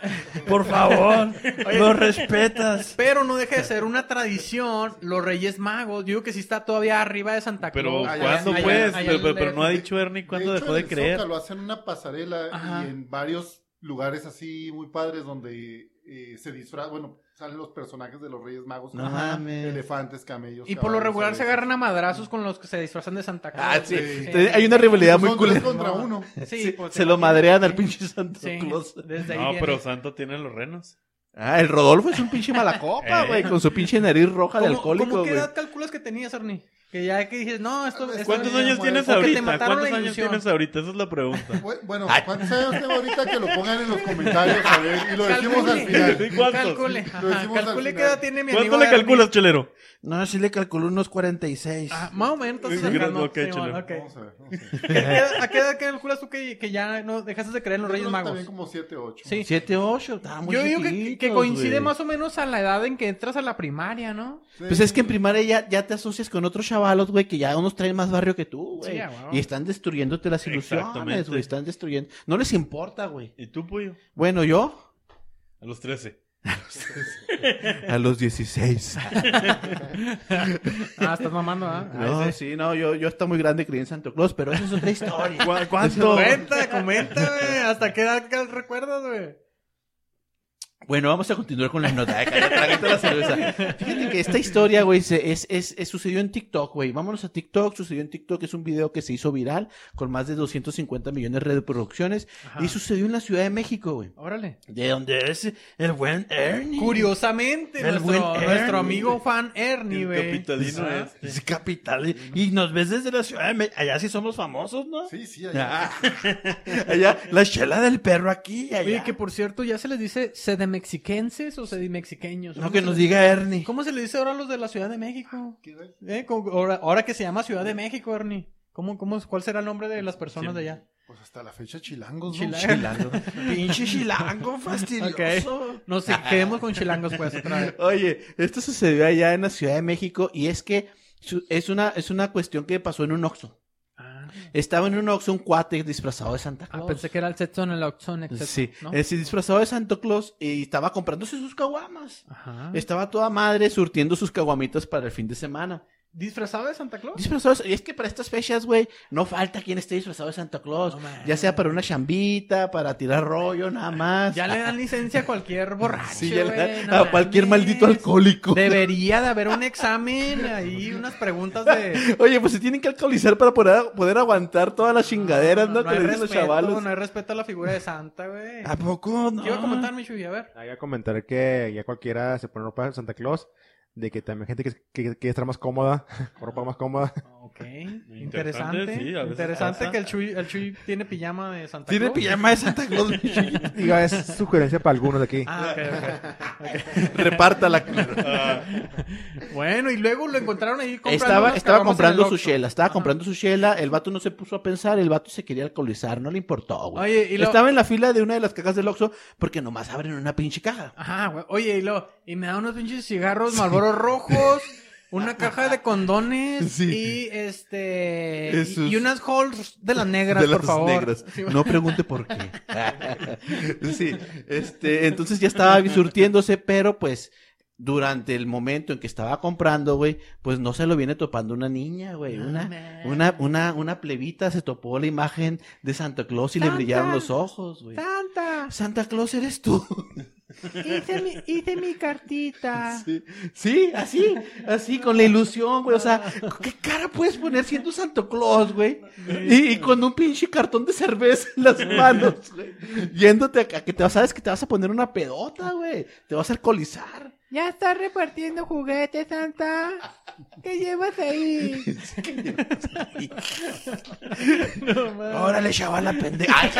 S1: Por favor, lo respetas.
S2: Pero no deja de ser una tradición, los Reyes Magos. Yo digo que sí está todavía arriba de Santa
S3: Pero,
S2: Claus.
S5: Ay,
S3: ¿cuándo,
S5: ay, ay,
S3: pues?
S2: ay,
S3: pero,
S2: ay,
S3: pero- pero
S2: ay,
S3: no ha
S2: ay.
S3: dicho Ernie cuándo
S5: hecho,
S3: dejó
S5: en
S3: de
S5: el
S3: creer.
S5: Zócalo hacen una pasarela
S2: Ajá.
S5: y en varios lugares así muy padres donde eh, se disfraza, bueno, salen los personajes de los Reyes Magos.
S6: No
S5: Ajá.
S6: mames.
S5: Elefantes, camellos.
S2: Y por lo
S5: caballos,
S2: regular se
S5: cerezos.
S2: agarran a madrazos con los que se disfrazan de Santa Claus.
S6: Ah, sí.
S5: Sí.
S6: Te- Hay una rivalidad muy
S5: pues, Son tres
S6: culera.
S5: contra uno.
S2: Sí,
S6: Sí,
S2: pues,
S6: se lo
S2: imagínate.
S6: madrean al pinche Santo
S2: Sí,
S6: Claus.
S2: desde ahí
S3: No,
S2: viene.
S3: pero Santo tiene los renos.
S6: Ah, el Rodolfo es un pinche malacopa,
S2: [LAUGHS]
S3: Eh.
S6: güey, con su pinche nariz roja de
S2: ¿Cómo,
S6: alcohólico,
S2: ¿cómo qué
S6: güey.
S2: edad calculas que tenías, Ernie? Que ya que dices, no, esto... esto-
S3: ¿Cuántos
S5: Está bien,
S3: años
S5: güey.
S3: tienes
S2: Porque te
S3: ahorita?
S2: mataron
S3: ¿Cuántos
S2: la
S3: años
S2: ilusión.
S3: tienes ahorita? Esa es la pregunta.
S5: Bu- Bueno,
S6: Ay.
S5: ¿cuántos años tengo ahorita que lo pongan en los comentarios? A ver, y lo decimos al
S2: Calcule.
S5: final.
S2: [LAUGHS]
S3: ¿Y cuántos?
S2: Calcule. ajá,
S5: Lo decimos al
S2: calcule
S5: final.
S2: qué edad tiene mi amigo
S3: ¿Cuánto le
S2: Ernie.
S3: calculas, chelero?
S1: No, sí le calculó unos 46.
S2: Ah, más o menos, entonces...
S3: Sí,
S2: acá
S3: creo
S2: no,
S3: que
S2: Simón,
S3: échale.
S2: ok.
S5: Vamos a ver. vamos a ver.
S2: ¿A qué edad- ¿A qué edad calculas tú que, que ya no dejaste de creer en los
S5: Yo creo
S2: Reyes
S5: que
S2: Magos?
S5: También como 7, 8.
S2: Sí.
S6: 7, 8, estaba muy
S2: Yo digo que,
S6: chiquitos,
S2: que coincide
S6: güey.
S2: más o menos a la edad en que entras a la primaria, ¿no?
S6: Pues es que en primaria ya, ya te asocias con otros chavalos, güey, que ya unos traen más barrio que tú, güey.
S2: Sí, a huevo.
S6: y están destruyéndote las ilusiones,
S3: Exactamente.
S6: güey. Están destruyendo. No les importa, güey.
S3: ¿Y tú, Puyo?
S6: Bueno, yo.
S3: A los 13.
S6: A los 16.
S2: Ah, estás mamando, ¿ah?
S6: [LAUGHS] No, sí, no, yo, yo está muy grande creí en Santo Claus, pero esa es otra
S1: [LAUGHS]
S6: historia.
S3: ¿Cuánto?
S2: Comenta, comenta, güey. ¿Hasta qué edad cal- recuerdas, güey?
S6: Bueno, vamos a continuar con las notas. Ay, cállate, trágate la cerveza. Fíjate que esta historia, güey, se- es, es, es- sucedió en TikTok, güey. Vámonos a TikTok. Sucedió en TikTok. Es un video que se hizo viral con más de 250 millones de reproducciones.
S1: Ah.
S6: Y sucedió en la Ciudad de México, güey.
S2: Órale.
S6: De donde es el buen Ernie.
S2: Curiosamente,
S1: El
S2: nuestro,
S1: buen
S2: nuestro
S1: Ernie.
S2: amigo fan Ernie,
S3: El
S2: güey.
S3: capitalino
S2: Ah.
S3: este.
S1: Es capital. Y nos ves desde la ciudad. de Me- Allá sí somos famosos,
S6: [LAUGHS]
S1: ¿no?
S5: Sí, sí, allá.
S1: Allá, la chela del perro aquí. y Allá.
S2: Oye, que por cierto, ya se les dice sedemexiquenses o sedimexiqueños.
S1: No,
S2: ¿Cómo
S1: que
S2: se
S1: nos
S2: les-
S1: diga Ernie.
S2: ¿Cómo se le dice ahora a los de la Ciudad de México?
S5: ¿Qué tal?
S2: ¿Eh? Como- Ahora, ahora que se llama Ciudad de México, Ernie. ¿Cómo, cómo, ¿Cuál será el nombre de las personas de allá?
S5: Pues hasta la fecha chilangos, ¿no?
S2: Chilango.
S6: [LAUGHS]
S1: Pinche chilango fastidioso.
S2: [LAUGHS] No sé, quedemos con chilangos, pues, otra vez.
S6: Oye, esto sucedió allá en la Ciudad de México y es que su- es, una, es una cuestión que pasó en un Oxxo. Estaba en un Oxxo un cuate disfrazado de Santa
S2: Ah,
S6: Claus.
S2: pensé que era el Setson, el Oxxon, etc.
S6: Sí,
S2: ¿no?
S6: eh, sí, disfrazado de Santo Claus y estaba comprándose sus caguamas.
S2: Ajá.
S6: Estaba toda madre surtiendo sus caguamitas para el fin de semana.
S2: ¿Disfrazado de Santa Claus?
S6: Disfrazado, de- y es que para estas fechas, güey, no falta quien esté disfrazado de Santa Claus.
S2: No mames.
S6: ya sea para una chambita, para tirar rollo, nada más. Ah,
S2: Ya le dan licencia a cualquier borracho.
S6: Sí, ya le dan
S2: güey, no
S6: a cualquier
S2: mames.
S6: maldito alcohólico.
S2: Debería de haber un examen ahí, unas preguntas de.
S6: Oye, pues se tienen que alcoholizar para poder, poder aguantar todas las [LAUGHS] chingaderas, ¿no?
S2: No
S6: que
S2: hay
S6: le dicen los
S2: respeto,
S6: chavalos.
S2: no hay respeto a la figura de Santa, güey.
S1: ¿A poco no?
S2: ¿Qué iba a comentar, mi Chuy? A ver.
S4: Ahí voy a Ah, comentar que ya cualquiera se pone ropa de Santa Claus, de que también gente que, que quiere estar más cómoda, [LAUGHS] con ropa
S2: [LAUGHS]
S4: más cómoda.
S2: Ok.
S3: Interesante,
S2: Interesante.
S3: sí, a veces
S2: Interesante
S3: pasa.
S2: que el Chuy, el Chuy tiene pijama de Santa
S1: Tiene
S2: Claus.
S1: pijama de Santa Claus.
S4: Digo, es sugerencia para algunos de aquí.
S2: Ah,
S6: [LAUGHS]
S2: ok, [LAUGHS]
S6: Repártala.
S2: Ah. ok. Bueno, y luego lo encontraron ahí comprando.
S6: Estaba,
S2: unas
S6: estaba
S2: caguamas en
S6: comprando
S2: el
S6: su
S2: Oxxo.
S6: chela, estaba
S2: Ajá.
S6: comprando su chela, el vato no se puso a pensar, el vato se quería alcoholizar, no le importó, güey.
S2: Oye, y lo-
S6: Estaba en la fila de una de las cajas del Oxxo porque nomás abren una pinche caja.
S2: Ajá, Ah, güey. Oye, y luego, y me da unos pinches cigarros
S6: [LAUGHS]
S2: Marlboro rojos, una caja de condones
S6: Sí.
S2: y este
S6: Esos-
S2: y, y unas halls de las negras, por favor. [LAUGHS] Sí, güey.
S6: No pregunte por
S2: [LAUGHS]
S6: qué. sí, este, entonces ya estaba surtiéndose, pero pues durante el momento en que estaba comprando, güey, pues no se lo viene topando una niña, güey. Una, una, una, una plebita se topó la imagen de Santa Claus y le brillaron los ojos, güey.
S9: Santa,
S6: Santa Claus eres tú.
S9: hice mi, hice mi cartita.
S6: Sí, sí, así, así, con la ilusión, güey. O sea, ¿qué cara puedes poner siendo Santo Claus, güey? Y, y con un pinche cartón de cerveza en las manos, güey. Yéndote a, a que te vas, sabes que te vas a poner una pedota, güey. Te vas a alcoholizar.
S9: Ya estás repartiendo juguetes, Santa. ¿Qué llevas ahí?
S6: Órale, chaval, la pendeja. [LAUGHS] Ay,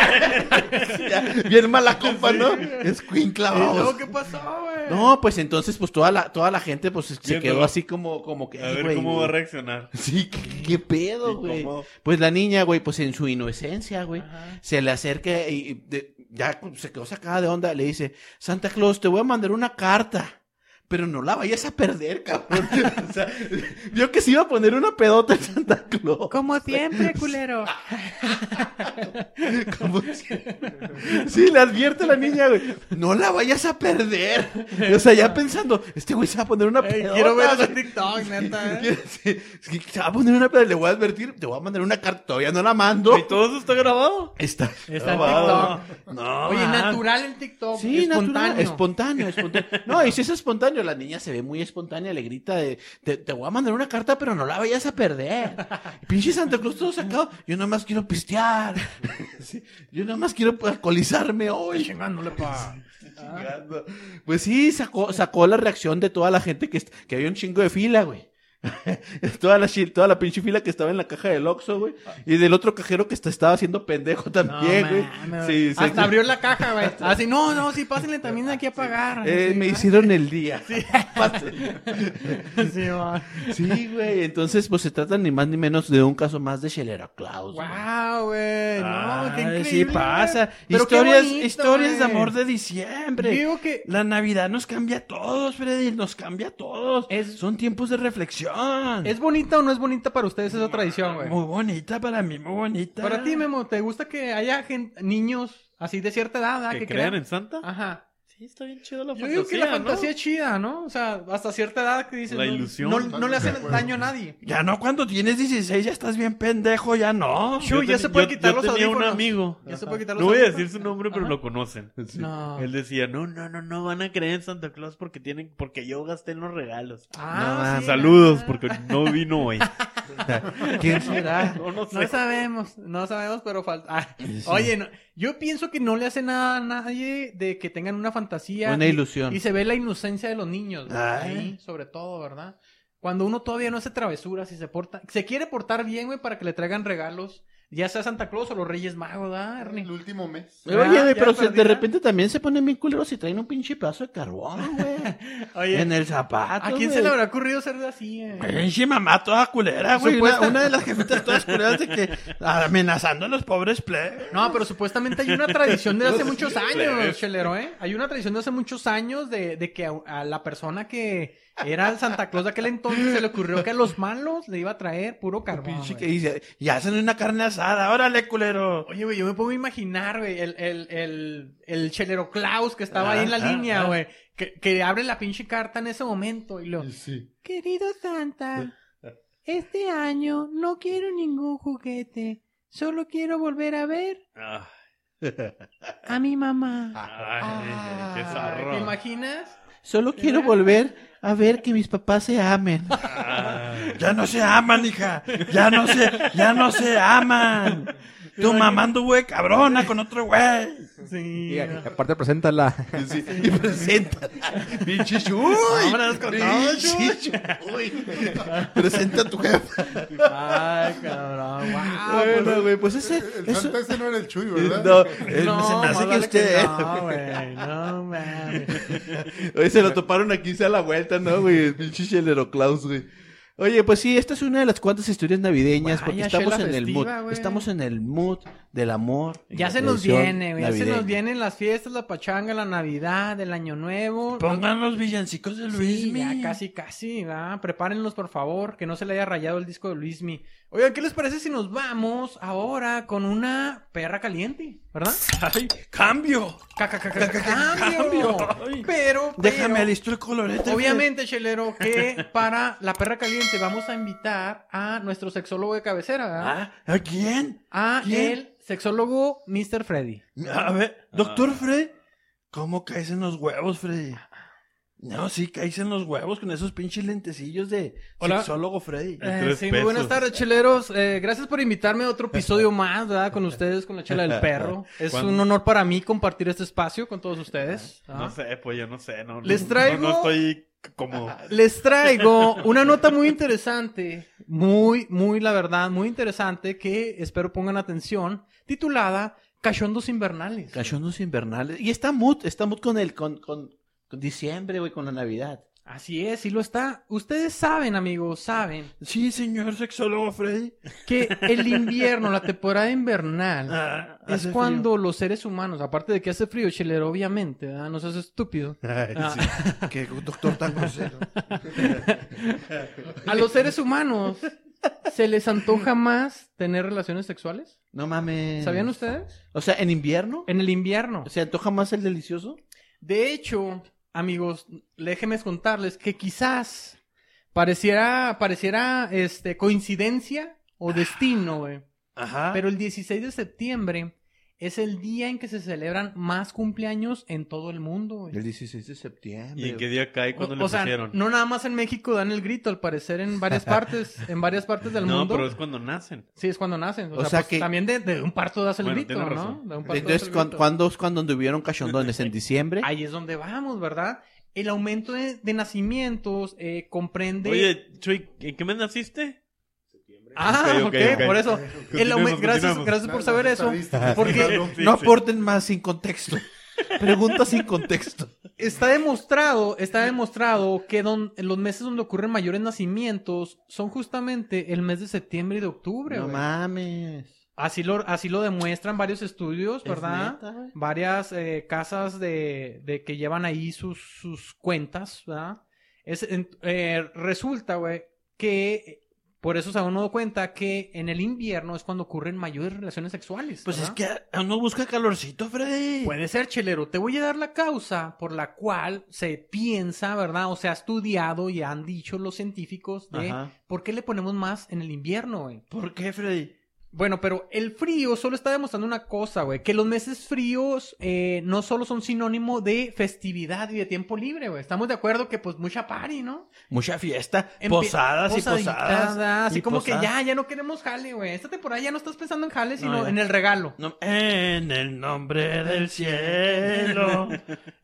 S6: ya, Bien mala compa, ¿no? Es Queen clavado.
S2: ¿Qué pasó, güey?
S6: No, pues entonces, pues toda la, toda la gente, pues se quedó
S3: Viéndolo.
S6: así como, como que.
S3: A ver
S6: güey,
S3: cómo va a reaccionar.
S6: Sí, qué, qué pedo, güey.
S3: Incómodo.
S6: Pues la niña, güey, pues en su inocencia, güey, se le acerca y y de- ya se quedó sacada de onda, le dice, Santa Claus, te voy a mandar una carta, pero no la vayas a perder, cabrón. [LAUGHS] o sea, vio que se iba a poner una pedota en Santa Claus.
S9: Como siempre, culero.
S6: [LAUGHS] Como si- Sí, le advierte la niña, güey. No la vayas a perder. O sea, ya pensando, este güey se va a poner una pedota.
S2: quiero ver
S6: güey.
S2: ese TikTok, neta. ¿eh?
S6: [LAUGHS] Sí, sí, se va a poner una pedota, le voy a advertir, te voy a mandar una carta, todavía no la mando.
S3: ¿Y todo eso está grabado?
S6: Está
S2: Está en
S3: Grabado.
S2: TikTok. Ah,
S3: No.
S2: Oye,
S3: man.
S2: natural el TikTok.
S6: Sí,
S2: espontáneo.
S6: natural, espontáneo. espontáneo, No, y si es espontáneo, la niña se ve muy espontánea, le grita de, te, te voy a mandar una carta, pero no la vayas a perder. Pinche Santa Claus todo sacado, yo nada más quiero pistear. [LAUGHS] Sí, yo nada más quiero alcoholizarme hoy. Chingando. Pues sí, sacó, sacó la reacción de toda la gente que, est- que había un chingo de fila, güey. [LAUGHS] toda, la, chi- toda la pinche fila que estaba en la caja del Oxxo, güey. Y del otro cajero que est- estaba haciendo pendejo
S2: No,
S6: también, güey.
S2: mames.
S6: Sí, sí,
S2: Hasta
S6: sí.
S2: abrió la caja,
S6: [LAUGHS]
S2: güey. Así, no, no, sí, pásenle también aquí a pagar.
S6: Eh,
S2: Sí,
S6: me
S2: ah,
S6: hicieron el día. [LAUGHS]
S2: [LAUGHS] sí, va.
S6: Sí, güey. Entonces, pues se trata ni más ni menos de un caso más de Shelera Claus. güey.
S2: Wow, güey. No, qué
S1: Ay,
S2: increíble.
S1: sí pasa.
S2: güey. Pero qué
S1: historias
S2: bonito,
S1: historias de
S2: güey.
S1: amor de diciembre.
S2: Digo que
S1: La Navidad nos cambia a todos, Freddy, nos cambia a todos. Son tiempos de reflexión.
S2: es bonita o no es bonita para ustedes esa tradición, güey.
S1: muy bonita para mí, muy bonita.
S2: Para ti, Memo, ¿te gusta que haya gen- niños así de cierta edad ah,
S3: ¿Que crean en Santa?
S2: Ajá.
S3: Sí, está bien chido la
S2: Yo
S3: fantasía,
S2: digo que la fantasía
S3: ¿no?
S2: es chida, ¿no? O sea, hasta cierta edad que dices...
S3: La
S2: no-
S3: ilusión.
S2: No, no le hacen
S5: Totalmente de acuerdo.
S2: daño a nadie.
S1: Ya no, cuando tienes 16 ya estás bien pendejo, ya no.
S2: Chuy, ya
S3: teni-
S2: se puede
S3: yo-
S2: quitar
S3: yo
S2: los
S3: tenía un
S2: audífonos.
S3: amigo.
S2: Ya se puede quitar los
S3: No voy a
S2: audífonos.
S3: decir su nombre, pero
S2: Ajá.
S3: lo conocen.
S2: No.
S3: Él decía, no, no, no, no van a creer en Santa Claus porque tienen, porque yo gasté en los regalos.
S2: Ah, sí,
S3: Saludos,
S2: ah.
S3: porque no vino hoy.
S6: ¿Quién será?
S3: [LAUGHS] No, no
S2: No
S3: sé.
S2: sabemos, no sabemos, pero falta. ah, Oye, no- yo pienso que no le hace nada a nadie de que tengan una fantasía.
S6: Una
S2: y-
S6: ilusión. Ah.
S2: Y se ve la inocencia de los niños, güey,
S6: Ay.
S2: ahí, sobre todo, ¿verdad? Cuando uno todavía no hace travesuras y se porta, se quiere portar bien, güey, para que le traigan regalos, ya sea Santa Claus o los Reyes Magos, ¿verdad, Ernie?
S5: El último mes.
S6: Oye, güey,
S2: Ah, ya
S6: pero se-
S2: perdí,
S6: de
S2: ¿eh?
S6: repente también se ponen bien culeros y traen un pinche pedazo de carbón,
S2: [LAUGHS]
S6: güey.
S2: Oye,
S6: en el zapato.
S2: ¿a quién
S6: güey.
S2: se le habrá ocurrido ser así? eh?
S1: Pinche mamá toda culera, güey. Una,
S2: Supuesta-
S1: una de las jefitas todas culeras de que amenazando a los pobres plebes.
S2: No, pero supuestamente hay una tradición de hace muchos años,
S3: plebes.
S2: chelero, ¿eh? Hay una tradición de hace muchos años de, de que a, a la persona que era el Santa Claus de aquel entonces se le ocurrió que a los malos le iba a traer puro carbón.
S6: Pinche que
S2: güey.
S6: dice,
S1: Y hacen una carne asada, órale, culero.
S2: Oye, güey, yo me puedo imaginar, güey, el, el, el, el chelero Klaus que estaba ahí en la línea, güey, que, que abre la pinche carta en ese momento y lo...
S5: Sí.
S9: Querido Santa,
S2: Pues,
S9: este año no quiero ningún juguete. Solo quiero volver a ver
S3: Ah,
S9: a mi
S2: Ah.
S9: mamá.
S3: ay, qué
S2: ¿Te
S3: zarro.
S2: imaginas?
S6: solo quiero volver a ver que mis papás se amen.
S3: Ah,
S1: Ya no se aman, hija. Ya no se, ya no se aman. Tu mamá anduvo de cabrona con otro güey.
S2: Sí.
S4: Y, y aparte, preséntala.
S6: Sí, y presenta. Pinche chuy.
S2: Vámonos con todo,
S6: Pinche chuy. Presenta a tu jefa.
S2: Ay, cabrón,
S1: Ah,
S2: wow.
S6: bueno, güey, pues ese.
S5: El
S6: eso-
S5: santa ese no era el Chuy, ¿verdad?
S6: No, eh, [LAUGHS] se me
S2: más
S6: hace que
S2: vale
S6: usted.
S2: No, güey, no mames.
S6: Oye, se lo toparon aquí, se da la vuelta, ¿no, güey? El Pinche chelero Klaus, güey. Oye, pues sí, esta es una de las cuantas historias navideñas, porque
S2: Vaya,
S6: estamos
S2: chela
S6: en el mood.
S2: festiva, güey.
S6: Estamos en el mood del amor.
S2: Ya se nos viene, güey. Ya se nos vienen las fiestas, la pachanga, la Navidad, el Año Nuevo.
S1: Pongan los villancicos de
S2: Sí,
S1: Pues, Luismi.
S2: ya casi, casi, va. Prepárenlos, por favor, que no se le haya rayado el disco de Luismi. Oigan, ¿qué les parece si nos vamos ahora con una perra caliente? ¿Verdad?
S1: Ay, cambio.
S2: Ca- ca- ca- ca-
S1: [LAUGHS]
S2: ¡Cambio!
S1: Ay.
S2: Pero,
S1: Déjame
S2: pero,
S1: listo el colorete.
S2: Obviamente, Chelero, que para la perra caliente vamos a invitar a nuestro sexólogo de cabecera, ¿verdad?
S1: Ah, ¿A quién?
S2: a
S1: Ah, ¿quién?
S2: el sexólogo Mr. Freddy.
S1: [LAUGHS] A ver, doctor Fred, ¿cómo caes en los huevos, Freddy? No, sí, caes en los huevos con esos pinches lentecillos de
S2: Hola.
S1: sexólogo Freddy.
S2: Eh,
S3: tres
S2: sí, muy
S3: pesos.
S2: buenas tardes, cheleros. Eh, gracias por invitarme
S3: [LAUGHS]
S2: a otro episodio más, ¿verdad? Con ustedes, con la chela del perro. Es
S3: ¿Cuándo?
S2: un honor para mí compartir este espacio con todos ustedes. ¿ah?
S3: No sé, pues yo no sé. No, no-
S2: Les traigo- Ah,
S3: No, no estoy c- como.
S2: Les
S3: [LAUGHS]
S2: traigo una nota muy interesante, muy, muy, la verdad, muy interesante, que espero pongan atención, titulada Cachondos Invernales.
S6: Cachondos invernales. Y está mood, está mood con el, con, con, con diciembre, güey, con la Navidad.
S2: Así es, y lo está. Ustedes saben, amigos, saben
S1: Sí, señor sexólogo Freddy.
S2: que el invierno, la temporada invernal,
S1: Ah,
S2: Es
S1: hace frío.
S2: cuando los seres humanos, aparte de que hace frío, chilero, obviamente, ¿verdad? no seas estúpido. Ah,
S6: Que doctor tan grosero.
S2: A los seres humanos se les antoja más tener relaciones sexuales.
S6: No mames.
S2: ¿Sabían ustedes?
S6: O sea, en invierno.
S2: En el invierno.
S6: ¿Se antoja más el delicioso?
S2: De hecho, amigos, déjenme contarles que quizás pareciera, pareciera este, coincidencia o destino, güey.
S1: Ajá.
S2: Pero el 16 de septiembre es el día en que se celebran más cumpleaños en todo el mundo, güey.
S6: El 16 de septiembre.
S3: ¿Y en qué día cae cuando le
S2: o sea,
S3: pusieron?
S2: no nada más en México dan el grito, al parecer en
S3: [LAUGHS]
S2: varias partes, en varias partes del
S3: No,
S2: mundo.
S3: pero es cuando nacen.
S2: Sí, es cuando nacen. O,
S6: O
S2: sea,
S6: sea
S2: pues,
S6: que-
S2: también de, de un parto das el
S3: Bueno,
S2: grito,
S3: tiene
S2: ¿no?
S3: razón.
S2: De un parto das
S6: Entonces,
S2: el
S6: ¿cuán-
S2: grito.
S6: ¿cuándo es cuando anduvieron cachondones?
S3: [LAUGHS]
S6: ¿En diciembre?
S2: Ahí es donde vamos, ¿verdad? El aumento de, de nacimientos eh, comprende...
S3: Oye, Chuy, ¿en qué mes naciste?
S2: ah, ok,
S3: ok, ok, ok.
S2: por eso. El aume-
S3: Continuemos,
S2: Gracias,
S3: continuemos.
S2: gracias por saber
S5: Las
S2: eso.
S5: estadísticas.
S3: [LAUGHS]
S2: Porque
S3: Sí,
S6: no
S3: sí.
S6: aporten más sin
S3: [LAUGHS]
S6: contexto. Preguntas sin contexto.
S2: Está demostrado, está demostrado que don- en los meses donde ocurren mayores nacimientos son justamente el mes de septiembre y de octubre.
S6: No
S2: güey.
S6: mames.
S2: Así lo, así lo demuestran varios estudios,
S6: ¿Es
S2: ¿verdad?
S6: neta, güey?
S2: Varias eh, casas de, de que llevan ahí sus, sus cuentas, ¿verdad? Es, en- eh, resulta, güey, que eh, por eso se ha dado cuenta que en el invierno es cuando ocurren mayores relaciones sexuales.
S1: Pues
S2: ¿verdad?
S1: es que a- uno busca calorcito, Freddy.
S2: Puede ser, chelero. Te voy a dar la causa por la cual se piensa, ¿verdad? O se ha estudiado y han dicho los científicos de por qué le ponemos más en el invierno, güey.
S1: ¿Por qué, Freddy?
S2: Bueno, pero el frío solo está demostrando una cosa, güey. Que los meses fríos eh, no solo son sinónimo de festividad y de tiempo libre, güey. Estamos de acuerdo que, pues, mucha party, ¿no?
S1: Mucha fiesta,
S2: Empie-
S1: posadas y
S2: posaditas,
S1: posadas.
S2: Así
S1: y
S2: como que
S1: posadas.
S2: ya, ya no queremos jale, güey. Esta temporada ya no estás pensando en jale, sino
S1: ya.
S2: en el regalo.
S1: No, en el nombre del eh. cielo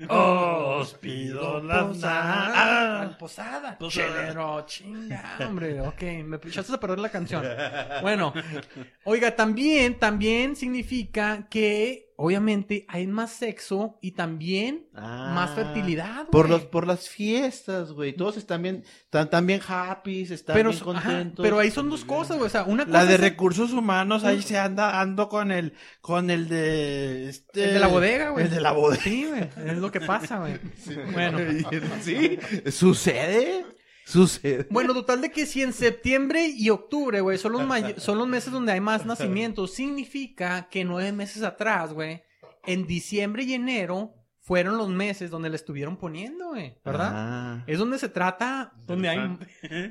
S1: os pido las
S2: posada.
S1: na-
S2: Ah, posada.
S1: Posada.
S2: Chelero, chinga, hombre. Ok, me echaste a perder la canción. Bueno, oiga, también, también significa que obviamente hay más sexo y también
S6: Ah.
S2: más fertilidad.
S6: Por,
S2: güey.
S6: los, por las fiestas, güey. Todos están bien, están, están bien happy, están
S2: pero,
S6: bien
S2: ajá,
S6: contentos.
S2: pero ahí son dos cosas, güey. O sea, una cosa
S1: La de
S2: es el-
S1: recursos humanos, ahí se anda ando con el con el de este
S2: el de la bodega, güey.
S1: El de la bodega.
S2: Sí, güey. Es lo que pasa, güey. Bueno.
S6: [LAUGHS] Sí, sucede. Sucede.
S2: Bueno, total de que si en septiembre y octubre, güey, son los, may- son los meses donde hay más nacimientos, significa que nueve meses atrás, güey, en diciembre y enero fueron los meses donde le estuvieron poniendo, güey, ¿verdad?
S6: Ah.
S2: Es donde se trata, donde hay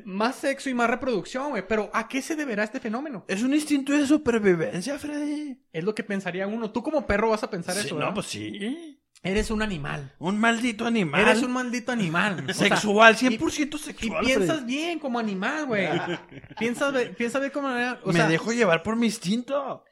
S2: más sexo y más reproducción, güey. Pero ¿a qué se deberá este fenómeno?
S1: Es un instinto de supervivencia, Freddy.
S2: Es lo que pensaría uno. Tú como perro vas a pensar
S1: Sí,
S2: eso,
S1: no,
S2: ¿verdad?
S1: pues sí.
S2: Eres un animal.
S1: Un maldito animal.
S2: Eres un maldito animal. O sea,
S1: sexual, 100%
S2: y
S1: sexual.
S2: piensas bien como animal,
S1: [LAUGHS]
S2: güey. piensas, be- piensas bien como animal.
S1: Freddy.
S2: O
S1: Me
S2: sea,
S1: dejo llevar por mi instinto.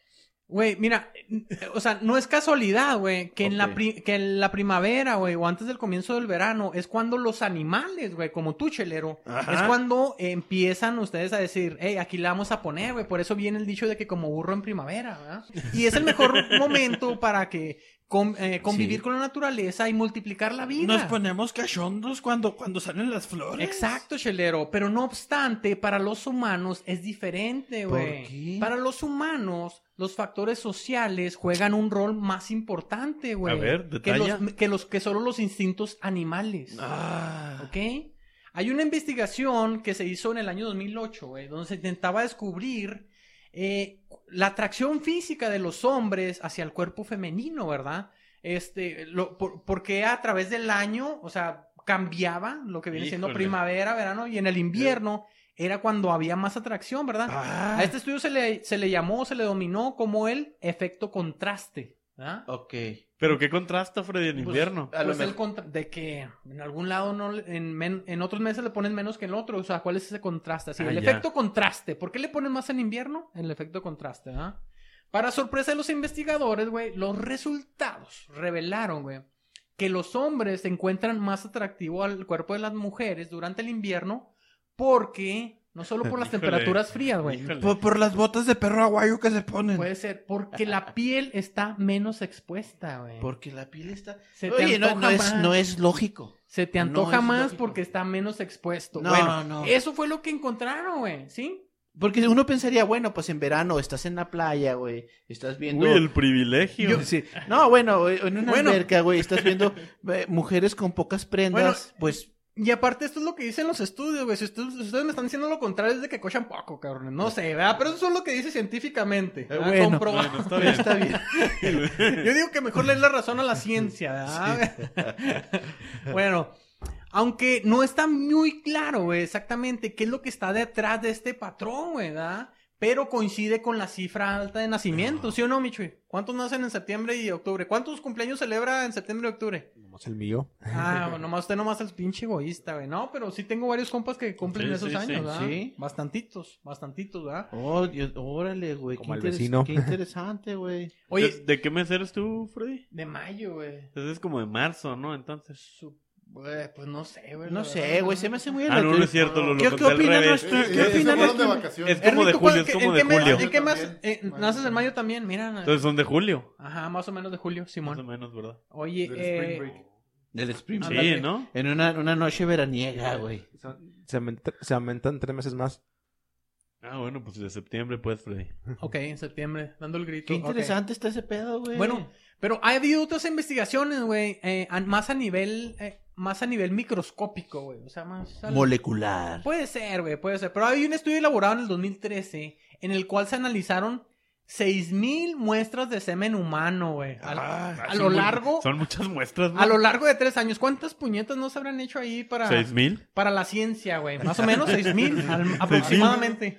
S2: Güey, mira, n- o sea, no es casualidad, güey, que, en la pri- que en la primavera, güey, o antes del comienzo del verano, es cuando los animales, güey, como tú, chelero,
S1: Ajá.
S2: es cuando empiezan ustedes a decir, hey, aquí la vamos a poner, güey, por eso viene el dicho de que como burro en primavera, ¿verdad? Y es el mejor momento para que con- eh, convivir con la naturaleza y multiplicar la vida.
S1: Nos ponemos cachondos cuando, cuando salen las flores.
S2: Exacto, chelero. Pero no obstante, para los humanos es diferente, güey. Para los humanos, los factores sociales juegan un rol más importante, güey.
S3: A ver,
S2: que
S3: detalla.
S2: los, que los que solo los instintos animales.
S1: Ah,
S2: ¿Ok? Hay una investigación que se hizo en el año 2008, güey, donde se intentaba descubrir eh, la atracción física de los hombres hacia el cuerpo femenino, ¿verdad? Este, lo, por- porque a través del año, o sea, cambiaba lo que viene siendo
S3: Híjole.
S2: primavera, verano, y en el invierno era cuando había más atracción, ¿verdad?
S1: ah,
S2: A este estudio se le, se le llamó, se le dominó como el efecto contraste, ¿verdad?
S7: Ok.
S3: [LAUGHS] Pero qué contrasta, Freddy, en invierno.
S7: A lo
S2: Pues el
S7: mejor-
S2: contra- de que en algún lado no le- en, men- en otros meses le ponen menos que en otro. O sea, ¿cuál es ese contraste? Así,
S3: Ah,
S2: el
S3: ya.
S2: efecto contraste. ¿Por qué le ponen más en invierno? El efecto contraste, ¿ah? Para sorpresa de los investigadores, güey, los resultados revelaron, güey, que los hombres se encuentran más atractivo al cuerpo de las mujeres durante el invierno porque, no solo
S7: [LAUGHS]
S2: por las
S3: Híjole.
S2: temperaturas frías, güey,
S3: Híjole.
S1: por, por las botas de perro aguayo que se ponen.
S2: puede ser porque la piel está menos expuesta, güey.
S7: Porque la piel está.
S2: Se te
S7: Oye, no, no
S2: antoja
S7: es,
S2: más.
S7: no es lógico.
S2: Se te
S7: Ah, No
S2: antoja
S7: es
S2: más
S7: lógico.
S2: porque está menos expuesto.
S7: No, no,
S2: bueno,
S6: eh,
S7: no.
S2: eso fue lo que encontraron, güey, ¿sí?
S7: Porque uno pensaría, bueno, pues en verano estás en la playa, güey. Estás viendo.
S3: Uy, el privilegio.
S7: Yo- sí. No, bueno, güey, en una
S2: Bueno.
S7: alberca, güey, estás viendo eh, mujeres con pocas prendas, pues
S2: Y aparte, esto es lo que dicen los estudios, güey. Si ustedes, si ustedes me están diciendo lo contrario, es de que cochan poco, cabrones. No sé, ¿verdad? Pero eso es lo que dice científicamente. ¿verdad?
S7: Eh. bueno.
S2: Comprobado.
S3: Bueno, está bien.
S7: está bien.
S3: [LAUGHS]
S2: Yo digo que mejor leer la razón a la ciencia, ¿verdad? [LAUGHS] bueno, aunque no está muy claro güey, exactamente qué es lo que está detrás de este patrón, güey, ¿verdad? Pero coincide con la cifra alta de nacimiento, ¿sí o no, Michui? ¿Cuántos nacen en septiembre y octubre? ¿Cuántos cumpleaños celebra en septiembre y octubre?
S4: Nomás el mío.
S2: Ah, [LAUGHS] bueno, nomás usted nomás es pinche egoísta, güey. No, pero sí tengo varios compas que cumplen
S3: Sí,
S2: esos
S3: sí, sí.
S2: años, ¿verdad?
S7: Sí.
S2: Bastantitos, bastantitos, ¿verdad?
S7: Oh, Dios, órale, güey. qué
S4: Como al
S7: interes-
S4: vecino.
S7: Qué
S3: [LAUGHS]
S7: interesante, güey.
S2: Oye,
S3: ¿De, de qué mes eres tú, Freddy?
S2: de mayo, güey. Pues,
S3: Entonces es como de marzo, ¿no? Entonces.
S2: Su- güey, Pues no sé, güey.
S7: No
S2: la
S7: sé,
S2: verdad,
S7: güey,
S2: no
S7: se me hace muy
S3: Ah, no, no
S7: aleatorio.
S3: es cierto, lo, lo
S7: ¿Qué-
S3: conté
S7: qué
S3: al
S7: opinan
S3: revés.
S7: nuestro-
S5: Eh,
S7: ¿Qué
S5: eh, se
S7: opinan
S5: fueron
S7: nuestro-
S5: de vacaciones.
S3: Es como de
S2: Ernesto, ¿cuál-
S3: julio, es
S2: qué-
S3: como
S2: ¿en
S3: de
S2: qué mes-
S3: julio.
S2: ¿En qué mes?
S5: También.
S2: eh, naces en mayo también, mira.
S3: Entonces son de julio.
S2: Ajá, más o menos de julio,
S3: Más o
S2: Simón.
S3: menos, ¿verdad?
S2: Oye,
S5: Del Spring
S2: eh,
S5: Break.
S7: Del Spring Break.
S2: Ándale.
S3: Sí, ¿no?
S7: En una, una noche veraniega, güey.
S4: Son- Se, aumenta- se aumentan tres meses más.
S3: Ah, bueno, pues de septiembre, pues, Freddy.
S2: ok, en septiembre, dando el grito.
S7: Qué
S2: ok.
S7: interesante está ese pedo, güey.
S2: Bueno, pero ha habido otras investigaciones, güey, eh, a- más a nivel, eh, más a nivel microscópico, güey. O sea, más... al-
S7: molecular.
S2: Puede ser, güey, puede ser. Pero hay un estudio elaborado en el 2013 en el cual se analizaron 6.000 muestras de semen humano, güey. Al-
S1: Ah,
S2: a lo
S3: Son mu-
S2: largo...
S3: Son muchas muestras, ¿no?
S2: A lo largo de tres años, ¿cuántas puñetas no se habrán hecho ahí para...
S3: ¿Seis mil?
S2: Para la ciencia, güey. Más o menos 6.000 [LAUGHS] al- aproximadamente.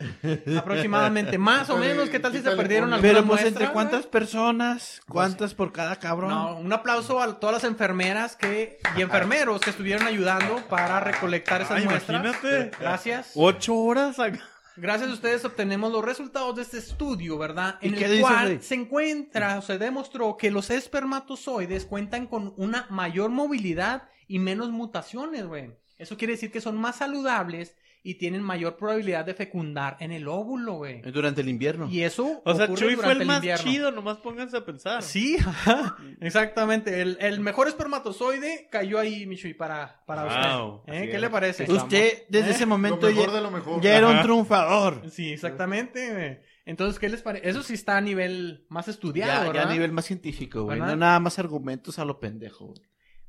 S2: aproximadamente. Más o
S5: Quítale-
S2: menos. ¿Qué tal si se
S5: quítale
S2: perdieron
S5: una-
S2: algunas
S7: Pero pues
S2: muestras,
S7: entre
S2: güey? Pues,
S7: cuántas personas, cuántas por cada cabrón.
S2: No, un aplauso a todas las enfermeras que y enfermeros que estuvieron ayudando para recolectar esas
S3: Ah,
S2: muestras.
S3: imagínate.
S2: Gracias.
S3: Ocho horas acá.
S2: Gracias a ustedes obtenemos los resultados de este estudio, ¿verdad?
S7: ¿Y
S2: En
S7: qué
S2: el
S7: dice,
S2: cual
S7: Rey?
S2: se encuentra, o se demostró que los espermatozoides cuentan con una mayor movilidad y menos mutaciones, güey. Eso quiere decir que son más saludables y tienen mayor probabilidad de fecundar en el óvulo, güey.
S7: Durante el invierno.
S2: Y eso
S3: O sea,
S2: ocurre
S3: Chuy fue
S2: durante
S3: el más
S2: invierno.
S3: chido, nomás pónganse a pensar.
S2: Sí, ajá, exactamente. El, el mejor espermatozoide cayó ahí, Michui, para, para
S3: Wow,
S2: usted. ¿Eh? ¿Qué le parece?
S7: Usted
S2: ¿eh?
S7: desde ese
S5: Lo
S7: momento
S5: mejor
S7: ya,
S5: de lo mejor.
S7: ya era un triunfador.
S2: [LAUGHS] Sí, exactamente. güey. Entonces, ¿qué les parece? Eso sí está a nivel más estudiado,
S7: Ya, ya
S2: ¿verdad?
S7: a nivel más científico, güey.
S2: ¿Verdad?
S7: No nada más argumentos a lo pendejo. güey.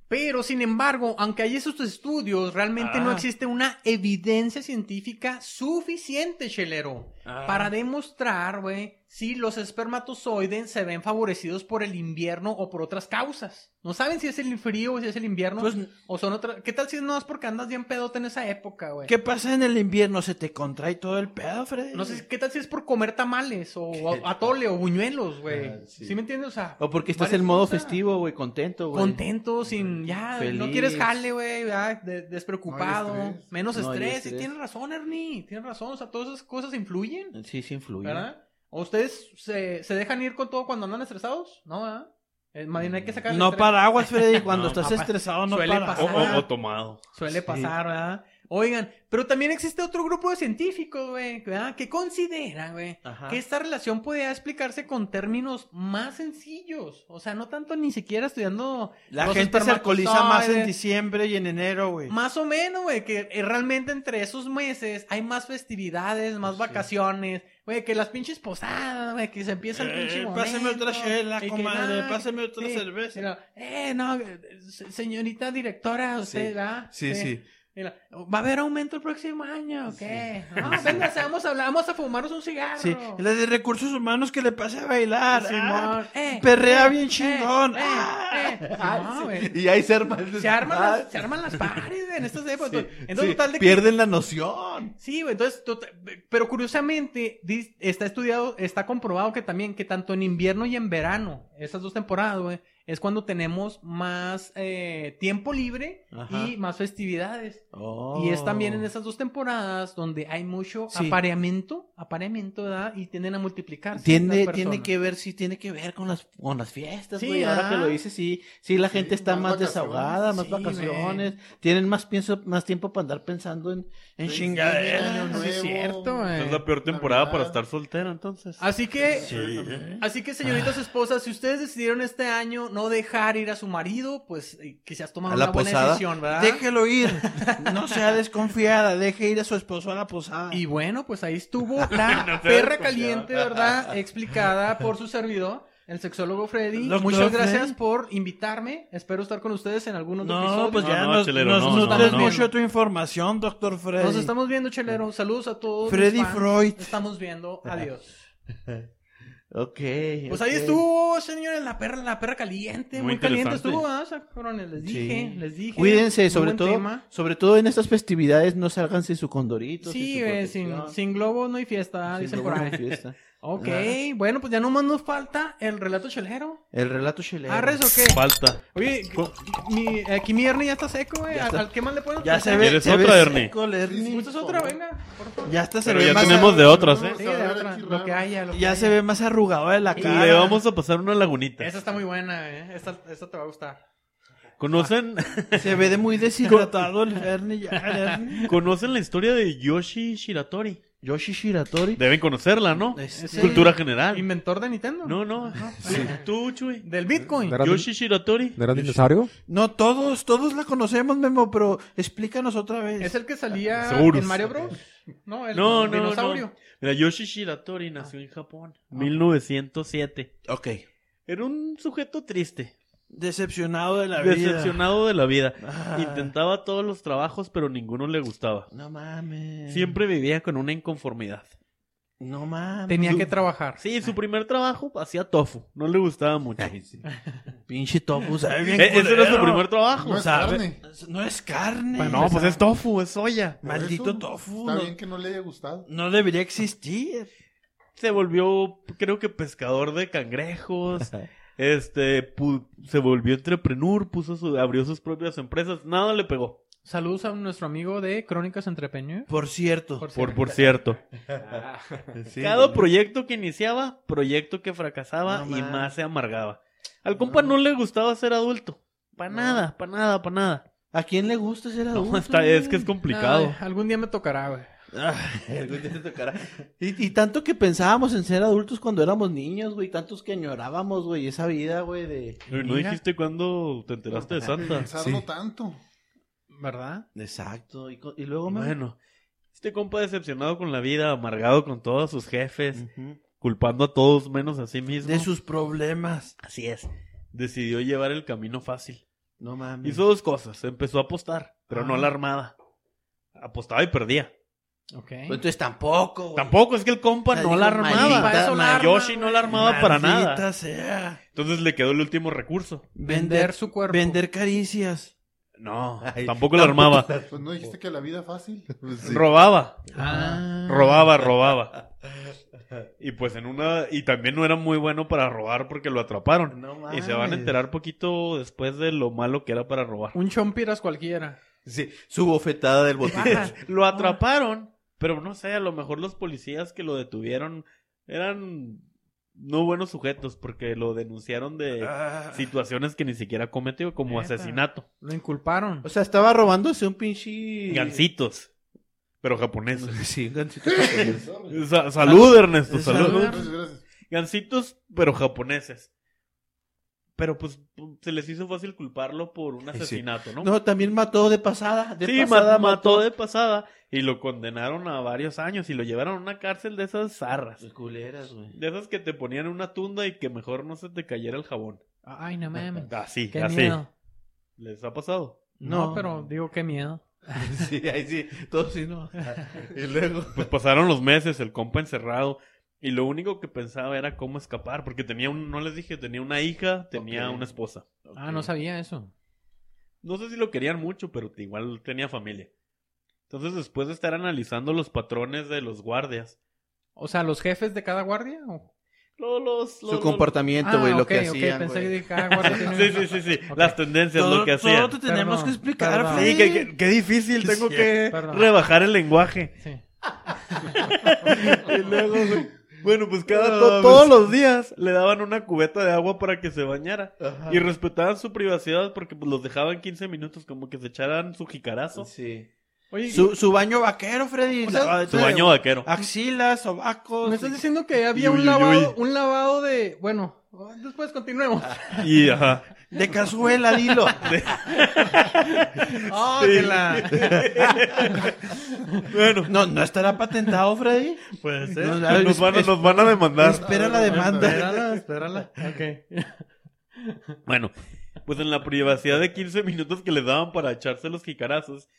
S2: Pero, sin embargo, aunque hay esos estudios, realmente no
S3: Ah.
S2: existe una evidencia científica suficiente, chelero,
S3: Ah.
S2: para demostrar, güey, si los espermatozoides se ven favorecidos por el invierno o por otras causas. No saben si es el frío o si es el invierno
S7: Pues,
S2: o son otras... ¿Qué tal si no es porque andas bien pedote en esa época, güey?
S7: ¿Qué pasa en el invierno? ¿Se te contrae todo el pedo, Freddy?
S2: No sé, ¿qué tal si es por comer tamales o a- atole o buñuelos, güey?
S7: Ah,
S2: sí. me entiendes? O sea,
S7: O porque estás
S2: varias
S7: en modo
S2: cosas.
S7: festivo, güey, contento, güey.
S2: contento, sin, ya, no
S7: Feliz.
S2: quieres jale, güey, ya, de- despreocupado,
S5: No hay estrés.
S2: menos
S7: No hay
S2: estrés. Y
S7: estrés.
S2: tienes razón, Ernie, tienes razón, o sea, todas esas cosas influyen,
S7: Sí, sí influye.
S2: ¿verdad? ¿O ustedes se, se dejan ir con todo cuando andan estresados? ¿No, verdad? Eh, más bien hay que sacar el
S7: No
S2: estrés. [LAUGHS]
S7: paraguas, Freddy. Cuando
S3: No,
S7: estás
S3: papá.
S7: estresado, no
S2: Suele
S7: paraguas.
S3: O,
S2: pasar.
S3: o- o tomado.
S2: Suele pasar, ¿verdad? Oigan, pero también existe otro grupo de científicos, güey, ¿verdad? Que consideran, güey,
S3: Ajá.
S2: que esta relación podía explicarse con términos más sencillos. O sea, no tanto ni siquiera estudiando.
S7: La
S2: los
S7: gente se alcoholiza más en
S2: espermatozoides.
S7: diciembre y en enero, güey.
S2: Más o menos, güey, que eh, realmente entre esos meses hay más festividades, más vacaciones, güey, que las pinches posadas, güey, que se empieza el pinche
S3: Eh, páseme
S2: momento,
S3: otra
S2: y
S3: chela,
S2: que,
S3: comadre,
S2: ay,
S3: páseme otra
S2: sí,
S3: cerveza.
S2: mira, eh, no, eh, se- señorita directora, usted, ¿verdad?
S7: Sí, sí.
S2: Mira, va a haber aumento el próximo año, ¿o qué? No,
S7: [LAUGHS]
S2: venga, vamos a hablar, vamos a fumarnos un cigarro.
S7: Sí, la de recursos humanos que le pase a bailar. ah,
S2: Simón, eh,
S7: perrea
S2: eh,
S7: bien chingón. Ah.
S2: eh, eh, eh.
S7: [LAUGHS]
S2: No, güey.
S7: Y ahí se arma el
S2: Se arman
S7: desmadre.
S2: las, se arman las pares pues, en estas épocas.
S7: Ah. Sí,
S2: Entonces,
S7: sí,
S2: total de que-
S7: pierden la noción.
S2: Sí, güey, entonces, tota- pero curiosamente dis- está estudiado, está comprobado que también que tanto en invierno y en verano, esas dos temporadas, güey, es cuando tenemos más eh, tiempo libre
S7: Ajá. Oh.
S2: y más festividades.
S6: Oh.
S2: Y es también en esas dos temporadas donde hay mucho apareamiento, apareamiento, ¿verdad? Y tienden a multiplicarse.
S6: Tiene,
S2: las
S6: tiene
S2: personas.
S6: que ver, sí, tiene que ver con las, con las fiestas,
S2: Sí,
S6: güey. Ahora que
S2: ajá.
S6: lo dices, sí, sí, la
S5: Sí,
S6: gente está
S5: más
S6: más,
S5: vacaciones.
S6: desahogada, más
S2: Sí,
S6: vacaciones, tienen más, pienso, más tiempo para andar pensando en, en
S5: Sí,
S6: chingaderas.
S5: Año
S2: Pues, Sí, es
S5: Nuevo.
S2: cierto, güey.
S3: Es eh. la peor temporada
S5: Navidad.
S3: para estar soltero, entonces.
S2: Así que
S5: Sí.
S2: Así que,
S7: Ah.
S2: señoritas esposas, si ustedes decidieron este año no dejar ir a su marido, pues eh, quizás
S7: A
S2: tomaron
S7: la
S2: una buena
S7: posada.
S2: decisión, ¿verdad?
S7: Déjelo ir. No sea desconfiada. Deje ir a su esposo a la posada.
S2: Y bueno, pues ahí
S3: [LAUGHS]
S2: estuvo
S3: No
S2: la
S3: te
S2: perra
S3: había
S2: caliente, ¿verdad? Explicada por su servidor, el sexólogo Freddy.
S7: Doctor
S2: Muchas gracias
S6: ¿eh?
S7: Freddy.
S2: por invitarme. Espero estar con ustedes en algún otro
S7: No,
S2: episodio.
S7: pues
S3: No,
S7: ya
S3: no,
S7: nos,
S3: chelero,
S7: nos
S3: no,
S2: no,
S7: nutres
S2: no, no.
S7: mucho tu información, doctor Freddy.
S2: Nos estamos viendo, chelero. Saludos a todos. los
S7: Freddy
S2: fans.
S7: Freud.
S2: Estamos viendo. Adiós.
S7: Ok.
S2: Pues ahí
S7: ok.
S2: estuvo, señores, la perra, la perra caliente. Muy,
S3: Muy
S2: caliente
S3: interesante.
S2: estuvo, ¿verdad? O sea, cabrones, les dije,
S6: Sí.
S2: les dije.
S6: Cuídense,
S2: Muy
S6: sobre
S2: buen
S6: todo,
S2: tema.
S6: sobre todo en estas festividades, no salgan sin su condorito.
S2: Sí,
S6: sin su
S2: güey, sin,
S6: protección,
S2: sin globo no hay fiesta,
S6: sin
S2: dicen por
S6: globo de [LAUGHS]
S2: ahí.
S6: fiesta.
S2: Ok,
S6: Ajá.
S2: bueno, pues ya nomás nos falta el relato chelero.
S6: El relato chileno.
S2: ¿Arres o qué?
S3: Falta.
S2: Oye, mi, aquí mi Ernie ya está seco, güey. ¿Al, al qué más le ponen?
S7: Ya se ve.
S3: ¿Quieres
S7: se ve
S3: otra, Ernie?
S7: seco el Ernie.
S2: ¿Gustas otra? Venga, por favor.
S7: Ya hasta se
S3: Pero
S7: ve
S3: ya
S7: más
S3: tenemos de otras, ¿eh?
S5: Vamos a
S2: Sí, de
S5: hablar
S2: otra,
S5: aquí
S2: lo
S5: raro.
S2: que haya. Lo que
S7: Ya
S2: haya.
S7: se ve más arrugado de la cara.
S3: Le vamos a pasar una lagunita.
S2: Esa está muy buena, eh. Esta, esta te va a gustar.
S3: ¿Conocen, [LAUGHS]
S7: Se ve de muy deshidratado el Ernie. ya, el [LAUGHS] Ernie.
S3: ¿Conocen la historia de Yoshi Shiratori?
S6: Yoshi Shiratori.
S3: Deben conocerla, ¿no?
S7: Este,
S2: Es
S3: Es
S2: el
S3: Cultura general.
S2: Inventor de Nintendo.
S3: No, no. Tú, Chuy.
S2: Del Bitcoin.
S4: ¿Era
S3: Yoshi Shiratori.
S4: ¿No
S2: [LAUGHS]
S4: era dinosaurio?
S7: No, todos, todos la conocemos, Memo, pero explícanos otra vez.
S2: Es el que salía
S3: Seguro.
S2: en Mario Bros. No, el
S3: No, no, no.
S2: dinosaurio.
S3: Mira, Yoshi Shiratori nació en Japón, 1907.
S7: Ok.
S3: Era un sujeto triste,
S7: Decepcionado de la vida.
S3: decepcionado de la vida.
S7: Ah.
S3: Intentaba todos los trabajos, pero ninguno le gustaba.
S7: No
S1: Eh.
S7: mames.
S3: Siempre vivía con una inconformidad.
S7: No mames.
S2: Tenía que trabajar.
S3: Sí, su primer trabajo hacía tofu. No le gustaba mucho.
S7: Ay, sí. Pinche tofu, sabe bien.
S3: E- ese era su
S7: culero.
S3: primer trabajo.
S5: No es
S3: ¿sabe?
S5: carne.
S7: No es carne.
S3: Pues no, pues es tofu, es soya.
S5: Por
S7: Maldito
S5: eso,
S7: tofu.
S5: Está
S7: No,
S5: bien que no le haya gustado.
S7: no debería existir.
S3: Se volvió, creo que pescador de cangrejos. Este, pu- se volvió entrepreneur, puso su, abrió sus propias empresas. Nada le pegó.
S2: Saludos a nuestro amigo de Crónicas Entrepeño.
S7: Por cierto.
S3: Por, por cierto. Cada proyecto que iniciaba, proyecto que fracasaba
S7: No
S3: y
S7: mames.
S3: más se amargaba. Al compa no, le gustaba ser adulto. Pa' nada, pa' nada, pa' nada.
S6: ¿A quién le gusta ser
S3: No,
S6: adulto?
S3: está-
S6: [LAUGHS]
S3: es que es complicado.
S2: Ay, algún día me tocará, güey.
S6: Y, y tanto que pensábamos en ser adultos cuando éramos niños, güey. Tantos que añorábamos, güey, esa vida, güey, de...
S3: Uy, ¿No dijiste cuándo te enteraste de Santa?
S5: Pensarlo tanto.
S2: ¿Verdad?
S6: Exacto. Y, co- y luego, me...
S3: Bueno, [LAUGHS] este compa decepcionado con la vida, amargado con todos sus jefes, culpando a todos menos a sí mismo.
S7: De sus problemas.
S3: Así es. Decidió llevar el camino fácil.
S7: No mames. Ah.
S3: Hizo dos cosas. Empezó a apostar, pero no a la armada. Apostaba y perdía.
S2: Ok.
S6: Pues
S7: Entonces tampoco. güey.
S3: Tampoco es que el compa
S7: O sea,
S3: no la
S7: digo,
S3: armaba.
S7: maldita-
S2: Para eso
S3: Yoshi no la armaba para nada.
S7: Maldita sea.
S3: Entonces le quedó el último recurso.
S2: Vender su cuerpo.
S7: Vender caricias.
S3: No,
S7: Ay,
S3: tampoco la armaba.
S5: Pues no dijiste que la vida fácil.
S3: Robaba,
S2: Ah.
S7: [LAUGHS]
S3: robaba, robaba. Y pues en una y también no era muy bueno para robar porque lo atraparon.
S7: No
S3: Y se van a enterar poquito después de lo malo que era para robar.
S2: Un chompiras cualquiera.
S7: Sí, su bofetada del botín.
S3: Lo atraparon, pero no sé, a lo mejor los policías que lo detuvieron eran no buenos sujetos porque lo denunciaron de
S1: Ah,
S3: situaciones que ni siquiera cometió, como
S2: Neta.
S3: asesinato.
S2: Lo inculparon.
S6: O sea, estaba robándose un pinche.
S3: Gancitos. Pero japoneses.
S6: [LAUGHS] Sí, gancito.
S3: Sa- salud, Ernesto, salud.
S2: Salud.
S5: Gracias, gracias.
S3: Gancitos, pero japoneses. Pero pues se les hizo fácil culparlo por un asesinato, ¿no?
S6: No, también mató de pasada. De
S3: sí, ma-
S6: pasada
S3: mató, de pasada y lo condenaron a varios años y lo llevaron a una cárcel de esas zarras.
S6: Culeras, güey.
S3: De esas que te ponían en una tunda y que mejor no se te cayera el jabón.
S2: Ay, no mames.
S3: Así,
S2: Qué
S3: así.
S2: miedo.
S3: ¿Les ha pasado?
S2: No,
S6: No.
S2: pero digo qué miedo.
S6: [LAUGHS] Sí, ahí sí. Todo sí, no. [LAUGHS] Y luego.
S3: Pues pasaron los meses, el compa encerrado. Y lo único que pensaba era cómo escapar. Porque tenía un, no les dije, tenía una hija, tenía
S6: Ok.
S3: una esposa.
S2: Ah, no sabía eso.
S3: No sé si lo querían mucho, pero igual tenía familia. Entonces, después de estar analizando los patrones de los guardias,
S2: O sea, los jefes de cada guardia. ¿O?
S3: lo- los, los-
S6: Su
S3: los-
S6: comportamiento, güey,
S2: ah,
S6: lo
S2: ok,
S6: que
S2: ok,
S6: hacían.
S2: Pensé
S6: güey.
S2: que cada
S6: [LAUGHS]
S2: guardia tenía
S3: Sí,
S2: una-
S3: sí, sí, sí.
S2: Ok.
S3: Las tendencias, lo que hacían.
S2: te tenemos que explicar,
S3: Sí, que- que- qué difícil, tengo que
S2: Perdón.
S3: rebajar el lenguaje.
S2: Sí.
S3: Y luego, güey, bueno, pues cada
S6: No,
S3: to-
S6: pues.
S3: todos los días le daban una cubeta de agua para que se bañara.
S6: Ajá.
S3: Y respetaban su privacidad porque pues, los dejaban 15 minutos como que se echaran su jicarazo.
S6: Sí.
S2: Oye,
S6: Su, su baño vaquero, Freddy.
S2: O sea,
S6: Lavado de-
S3: Su baño vaquero.
S6: Ah, Axilas, sobacos.
S2: me estás diciendo que había un lavado, un lavado de, bueno, después continuemos.
S3: Y ajá.
S6: De cazuela,
S3: [LAUGHS]
S6: dilo.
S2: Ah,
S3: Sí.
S2: que la-
S3: Bueno,
S6: No, no estará patentado, Freddy.
S3: pues
S6: No, no,
S3: nos,
S6: es-
S3: van, a-
S6: es-
S3: nos van a demandar.
S6: Espera la demanda.
S2: Espérala, espérala. Ok.
S3: Bueno, pues en la privacidad de 15 minutos que le daban para echarse los jicarazos,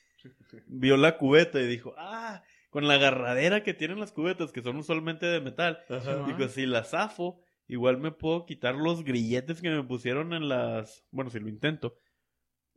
S3: vio la cubeta y dijo, ah, con la agarradera que tienen las cubetas, que son usualmente de metal, dijo, si la zafo, igual me puedo quitar los grilletes que me pusieron en las, bueno, si lo intento,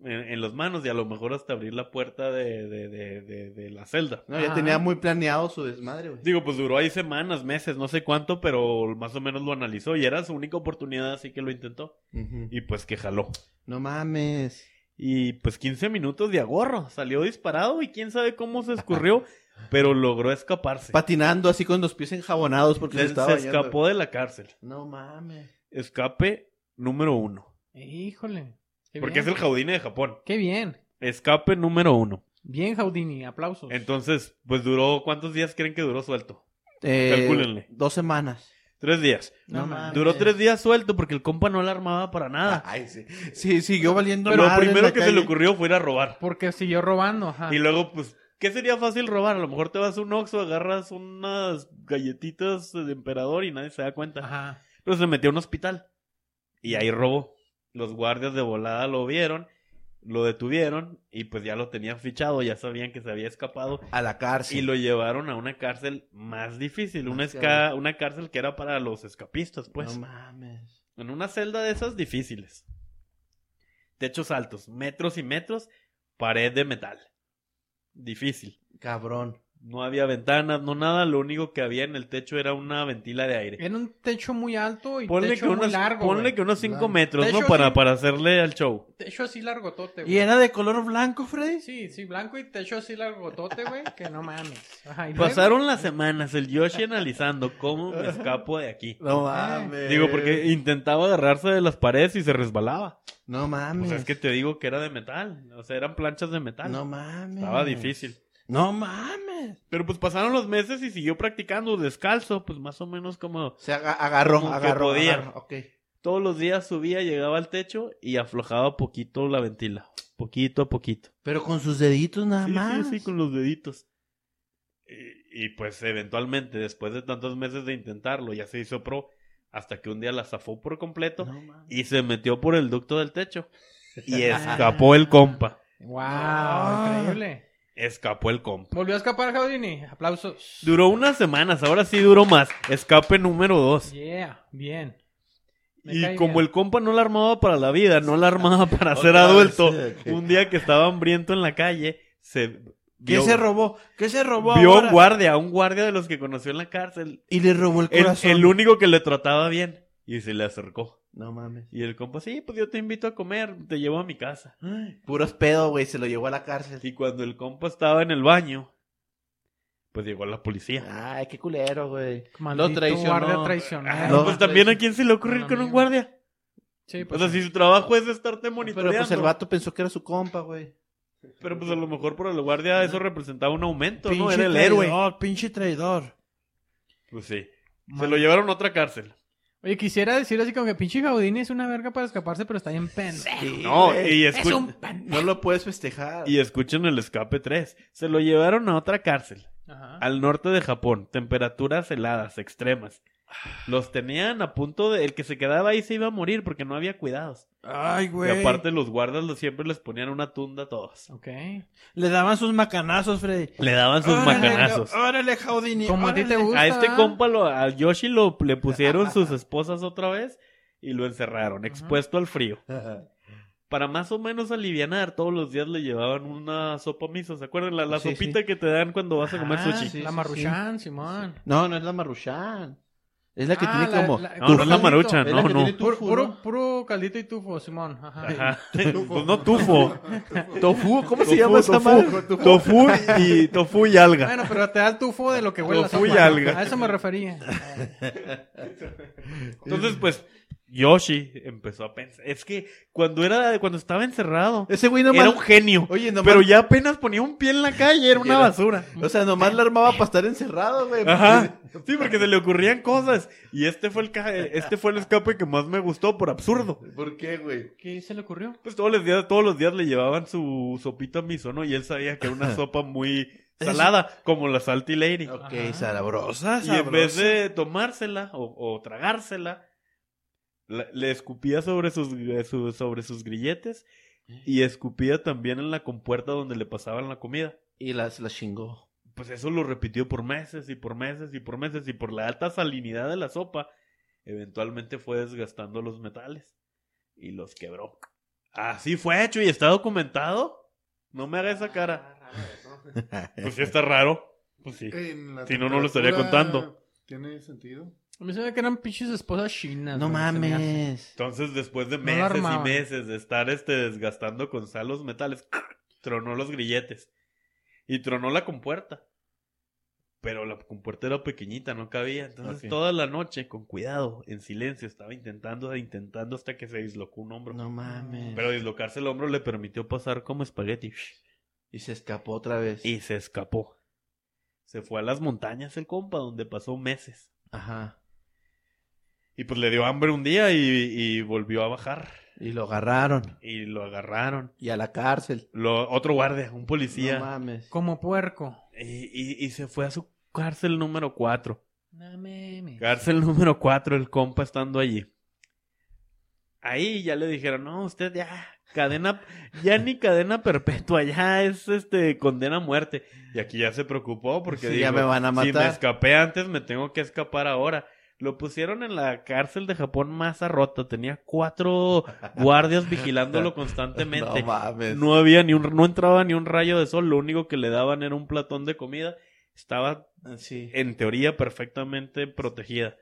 S3: en, en las manos y a lo mejor hasta abrir la puerta de, de- de- de- de la celda.
S6: No, ya tenía muy planeado su desmadre, güey.
S3: Digo, pues duró ahí semanas, meses, no sé cuánto, pero más o menos lo analizó y era su única oportunidad, así que lo intentó.
S6: Ujú.
S3: Y pues que jaló.
S6: No mames.
S3: Y pues 15 minutos de agorro. Salió disparado y quién sabe
S6: [LAUGHS]
S3: cómo se escurrió, pero logró escaparse.
S6: Patinando así con los pies enjabonados porque se,
S3: Se,
S6: estaba
S3: se
S6: bañando.
S3: escapó de la cárcel.
S6: No mames.
S3: Escape número uno.
S2: Híjole. Qué
S3: Porque
S2: bien.
S3: es el Jaudine de Japón.
S2: Qué bien.
S3: Escape número uno.
S2: Bien, Jaudini, aplausos.
S3: Entonces, pues duró, ¿cuántos días creen que duró suelto?
S6: Eh,
S3: Calcúlenle.
S6: Dos semanas.
S3: Tres días.
S6: No, mames.
S3: Duró tres días suelto porque el compa no la armaba para nada.
S6: Ay, sí. Sí, siguió valiendo
S3: Lo
S6: madre en
S3: primero
S6: Ah, la
S3: que se le
S6: calle.
S3: ocurrió fue ir a robar.
S2: Porque siguió robando, ajá.
S3: Y luego, pues, ¿qué sería fácil robar? A lo mejor te vas a un Oxxo, agarras unas galletitas de emperador y nadie se da cuenta.
S2: Ajá.
S3: Pero se Pues metió a un hospital. Y ahí robó. Los guardias de volada lo vieron, lo detuvieron y pues ya lo tenían fichado, ya sabían que se había escapado
S6: A la
S3: y
S6: cárcel.
S3: lo llevaron a una cárcel más difícil, una,
S6: Más
S3: esca-
S6: cabrón.
S3: una cárcel que era para los escapistas, pues.
S6: No mames.
S3: En una celda de esas difíciles. Techos altos, metros y metros, pared de metal. Difícil.
S6: Cabrón.
S3: No había ventanas, no nada. Lo único que había en el techo era una ventila de aire.
S2: Era un techo muy alto y
S3: Ponle
S2: techo
S3: que
S2: muy
S3: unos,
S2: largo.
S3: ponle
S2: güey.
S3: que unos 5
S5: Largo.
S3: metros,
S2: Techo
S3: ¿no? Para,
S2: así.
S3: para hacerle al show.
S2: Techo así largotote, güey.
S6: ¿Y era de color blanco, Freddy?
S2: Sí, sí, blanco y techo así largotote, güey. Que no mames. Ajá, y luego-
S3: Pasaron las semanas, el Yoshi analizando cómo me escapo de aquí.
S6: No mames.
S3: Digo, porque intentaba agarrarse de las paredes y se resbalaba.
S6: No
S3: O
S6: mames.
S3: sea, es que te digo que era de metal. O sea, eran planchas de metal.
S6: No mames.
S3: Estaba difícil.
S6: No mames.
S3: Pero pues pasaron los meses y siguió practicando descalzo, pues más o menos como
S6: Se aga- agarró,
S3: Como que
S6: agarró,
S3: podía.
S6: agarró. Ok.
S3: todos los días subía, llegaba al techo y aflojaba poquito la ventila, poquito a poquito.
S6: Pero con sus deditos nada
S3: Sí,
S6: más.
S3: sí, sí, con los deditos. Y, y, pues eventualmente, después de tantos meses de intentarlo, ya se hizo pro, hasta que un día la zafó por completo
S6: No mames.
S3: y se metió por el ducto del techo.
S6: [LAUGHS]
S3: Y escapó el compa.
S2: ¡Wow!
S9: Ah.
S2: Increíble.
S3: Escapó el compa.
S2: Volvió a escapar, Jaudini. Aplausos.
S3: Duró unas semanas, ahora sí duró más. Escape número dos.
S2: Yeah, bien. Me
S3: Y
S2: cae
S3: como
S2: bien.
S3: el compa no la armaba para la vida, no la
S6: [LAUGHS]
S3: armaba para ser
S6: Otra vez,
S3: adulto,
S6: sí, ok.
S3: un día que estaba hambriento en la calle, se
S6: ¿Qué
S3: vio,
S6: se robó? ¿Qué se robó
S3: vio a
S6: ahora?
S3: un guardia, un guardia de los que conoció en la cárcel,
S6: Y le robó el
S3: el,
S6: corazón.
S3: el único que le trataba bien, y se le acercó.
S6: No mames.
S3: Y el compa, sí, pues yo te invito a comer, te llevo a mi casa.
S6: Puros pedo, güey. Se lo llevó a la cárcel.
S3: Y cuando el compa estaba en el baño, pues llegó la policía.
S6: Ay, qué culero, güey.
S9: Maldito
S6: traicionó.
S9: guardia
S3: Ah,
S9: traicionero.
S6: no,
S3: pues también a quién se le ocurre
S9: Bueno,
S3: ir con un
S9: amigo.
S3: guardia.
S9: Sí,
S3: O
S9: pues,
S3: sea, si su trabajo es estarte
S6: Pero
S3: monitoreando.
S6: pues el vato pensó que era su compa, güey.
S3: Pero pues a lo mejor para el guardia eso representaba un aumento, ¿no?
S1: Pinche
S3: Era el
S1: traidor,
S3: héroe.
S1: pinche traidor.
S3: Pues sí. Se
S9: mal.
S3: lo llevaron a otra cárcel.
S9: Oye, quisiera decir así como que pinche Gaudini es una verga para escaparse, pero está bien pendejo.
S3: No, y
S8: Es
S3: escu-
S8: un pendejo.
S6: No lo puedes festejar.
S3: y escuchen el escape 3. Se lo llevaron a otra cárcel.
S9: Ajá.
S3: al norte de Japón, temperaturas heladas, extremas. Los tenían a punto de... El que se quedaba ahí se iba a morir porque no había cuidados.
S1: Ay,
S3: Y
S1: güey.
S3: aparte los guardas los- siempre les ponían una tunda a todos.
S9: Ok.
S1: Le daban sus macanazos, Freddy.
S3: Le daban sus
S1: Órale,
S3: macanazos.
S1: Ga- Órale, Jaudini.
S9: Como a ti te gusta.
S3: A este compa, lo, a Yoshi lo, le
S6: [LAUGHS]
S3: pusieron sus esposas otra vez y lo encerraron, expuesto al frío. Para más o menos alivianar, todos los días le llevaban una sopa miso. ¿Se acuerdan? La, la
S6: Sí, sí.
S3: sopita que te dan cuando vas a comer
S9: Ah,
S3: sushi.
S6: sí,
S9: la
S6: sí,
S9: Maruchan, Simón.
S6: No, no es la Maruchan. Es la que
S9: Ah,
S6: tiene
S9: la-
S6: como.
S9: la-
S3: No, no es la
S9: Turfo.
S3: marucha,
S6: es la
S3: no,
S6: que
S3: no.
S6: tiene
S9: Puro,
S6: tofu, ¿no?
S9: puro, puro caldito y tufo, Simón. Ajá.
S3: Ajá. Pues no tufo.
S6: Tofu, ¿cómo se
S3: Tofu,
S6: llama esta
S3: tofu.
S6: madre?
S3: Tofu y tofu y alga.
S9: Bueno, pero te da el tufo de lo que huele la Ah,
S3: Tufo y
S9: sopa.
S3: alga.
S9: A eso me refería.
S3: Entonces, pues, Yoshi empezó a pensar. Es que cuando era, cuando estaba encerrado,
S6: Ese güey nomás.
S3: era un genio.
S6: Oye, nomás.
S3: Pero ya apenas ponía un pie en la calle, era una
S6: Era-
S3: basura.
S6: O sea, nomás la armaba para estar encerrado, güey.
S3: Ajá. Sí, porque se le ocurrían cosas. Y este fue el ca- este fue el escape que más me gustó por absurdo.
S6: ¿Por qué, güey?
S9: [LAUGHS] ¿Qué se le ocurrió?
S3: Pues todos los días, todos los días le llevaban su sopita miso, ¿no? Y él sabía que era
S6: [LAUGHS]
S3: una sopa muy salada, como la Salty Lady.
S6: Ok,
S9: Ajá.
S6: sabrosa,
S3: Y en
S6: sabrosa.
S3: vez de tomársela o, o tragársela, la- le escupía sobre sus, eh, su- sobre sus grilletes y escupía también en la compuerta donde le pasaban la comida.
S6: Y las, las chingó.
S3: Pues eso lo repitió por meses y por meses y por meses y por la alta salinidad de la sopa, eventualmente fue desgastando los metales y los quebró. Así fue hecho y está documentado. No me haga esa cara. Pues sí está raro. Pues sí.
S5: En la
S3: Si no, no lo estaría
S5: temperatura,
S3: contando.
S5: ¿Tiene sentido?
S9: A mí se me ve que eran pinches esposas chinas.
S6: No
S9: güey, se me hace.
S6: mames.
S3: Entonces, después de
S9: No la
S3: meses y
S9: armaban.
S3: meses de estar este, desgastando con sal los metales, [LAUGHS] tronó los grilletes y tronó la compuerta. Pero la compuerta era pequeñita, no cabía. Entonces,
S6: Ok.
S3: toda la noche, con cuidado, en silencio, estaba intentando, intentando hasta que se dislocó un hombro.
S6: No mames.
S3: Pero dislocarse el hombro le permitió pasar como espagueti
S6: Y se escapó otra vez.
S3: y se escapó. Se fue a las montañas el compa, donde pasó meses.
S6: Ajá.
S3: Y pues le dio hambre un día y- y volvió a bajar.
S6: Y lo agarraron.
S3: Y lo agarraron.
S6: Y a la cárcel.
S3: Lo, otro guardia, un policía.
S6: No mames.
S9: Como puerco.
S3: y, y- y se fue a su cárcel número 4.
S9: No mames.
S3: Cárcel número 4, el compa estando allí. Ahí ya le dijeron, no, usted ya, cadena, ya ni cadena perpetua, ya es este condena a muerte. Y aquí ya se preocupó porque
S6: Sí,
S3: dijo,
S6: ya me van a
S3: si me
S6: matar.
S3: escapé antes, me tengo que escapar ahora. Lo pusieron en la cárcel de Japón más rota, tenía cuatro
S6: [LAUGHS]
S3: guardias vigilándolo constantemente.
S6: No mames.
S3: No había ni un, no entraba ni un rayo de sol, lo único que le daban era un platón de comida. Estaba
S6: Sí.
S3: en teoría perfectamente protegida,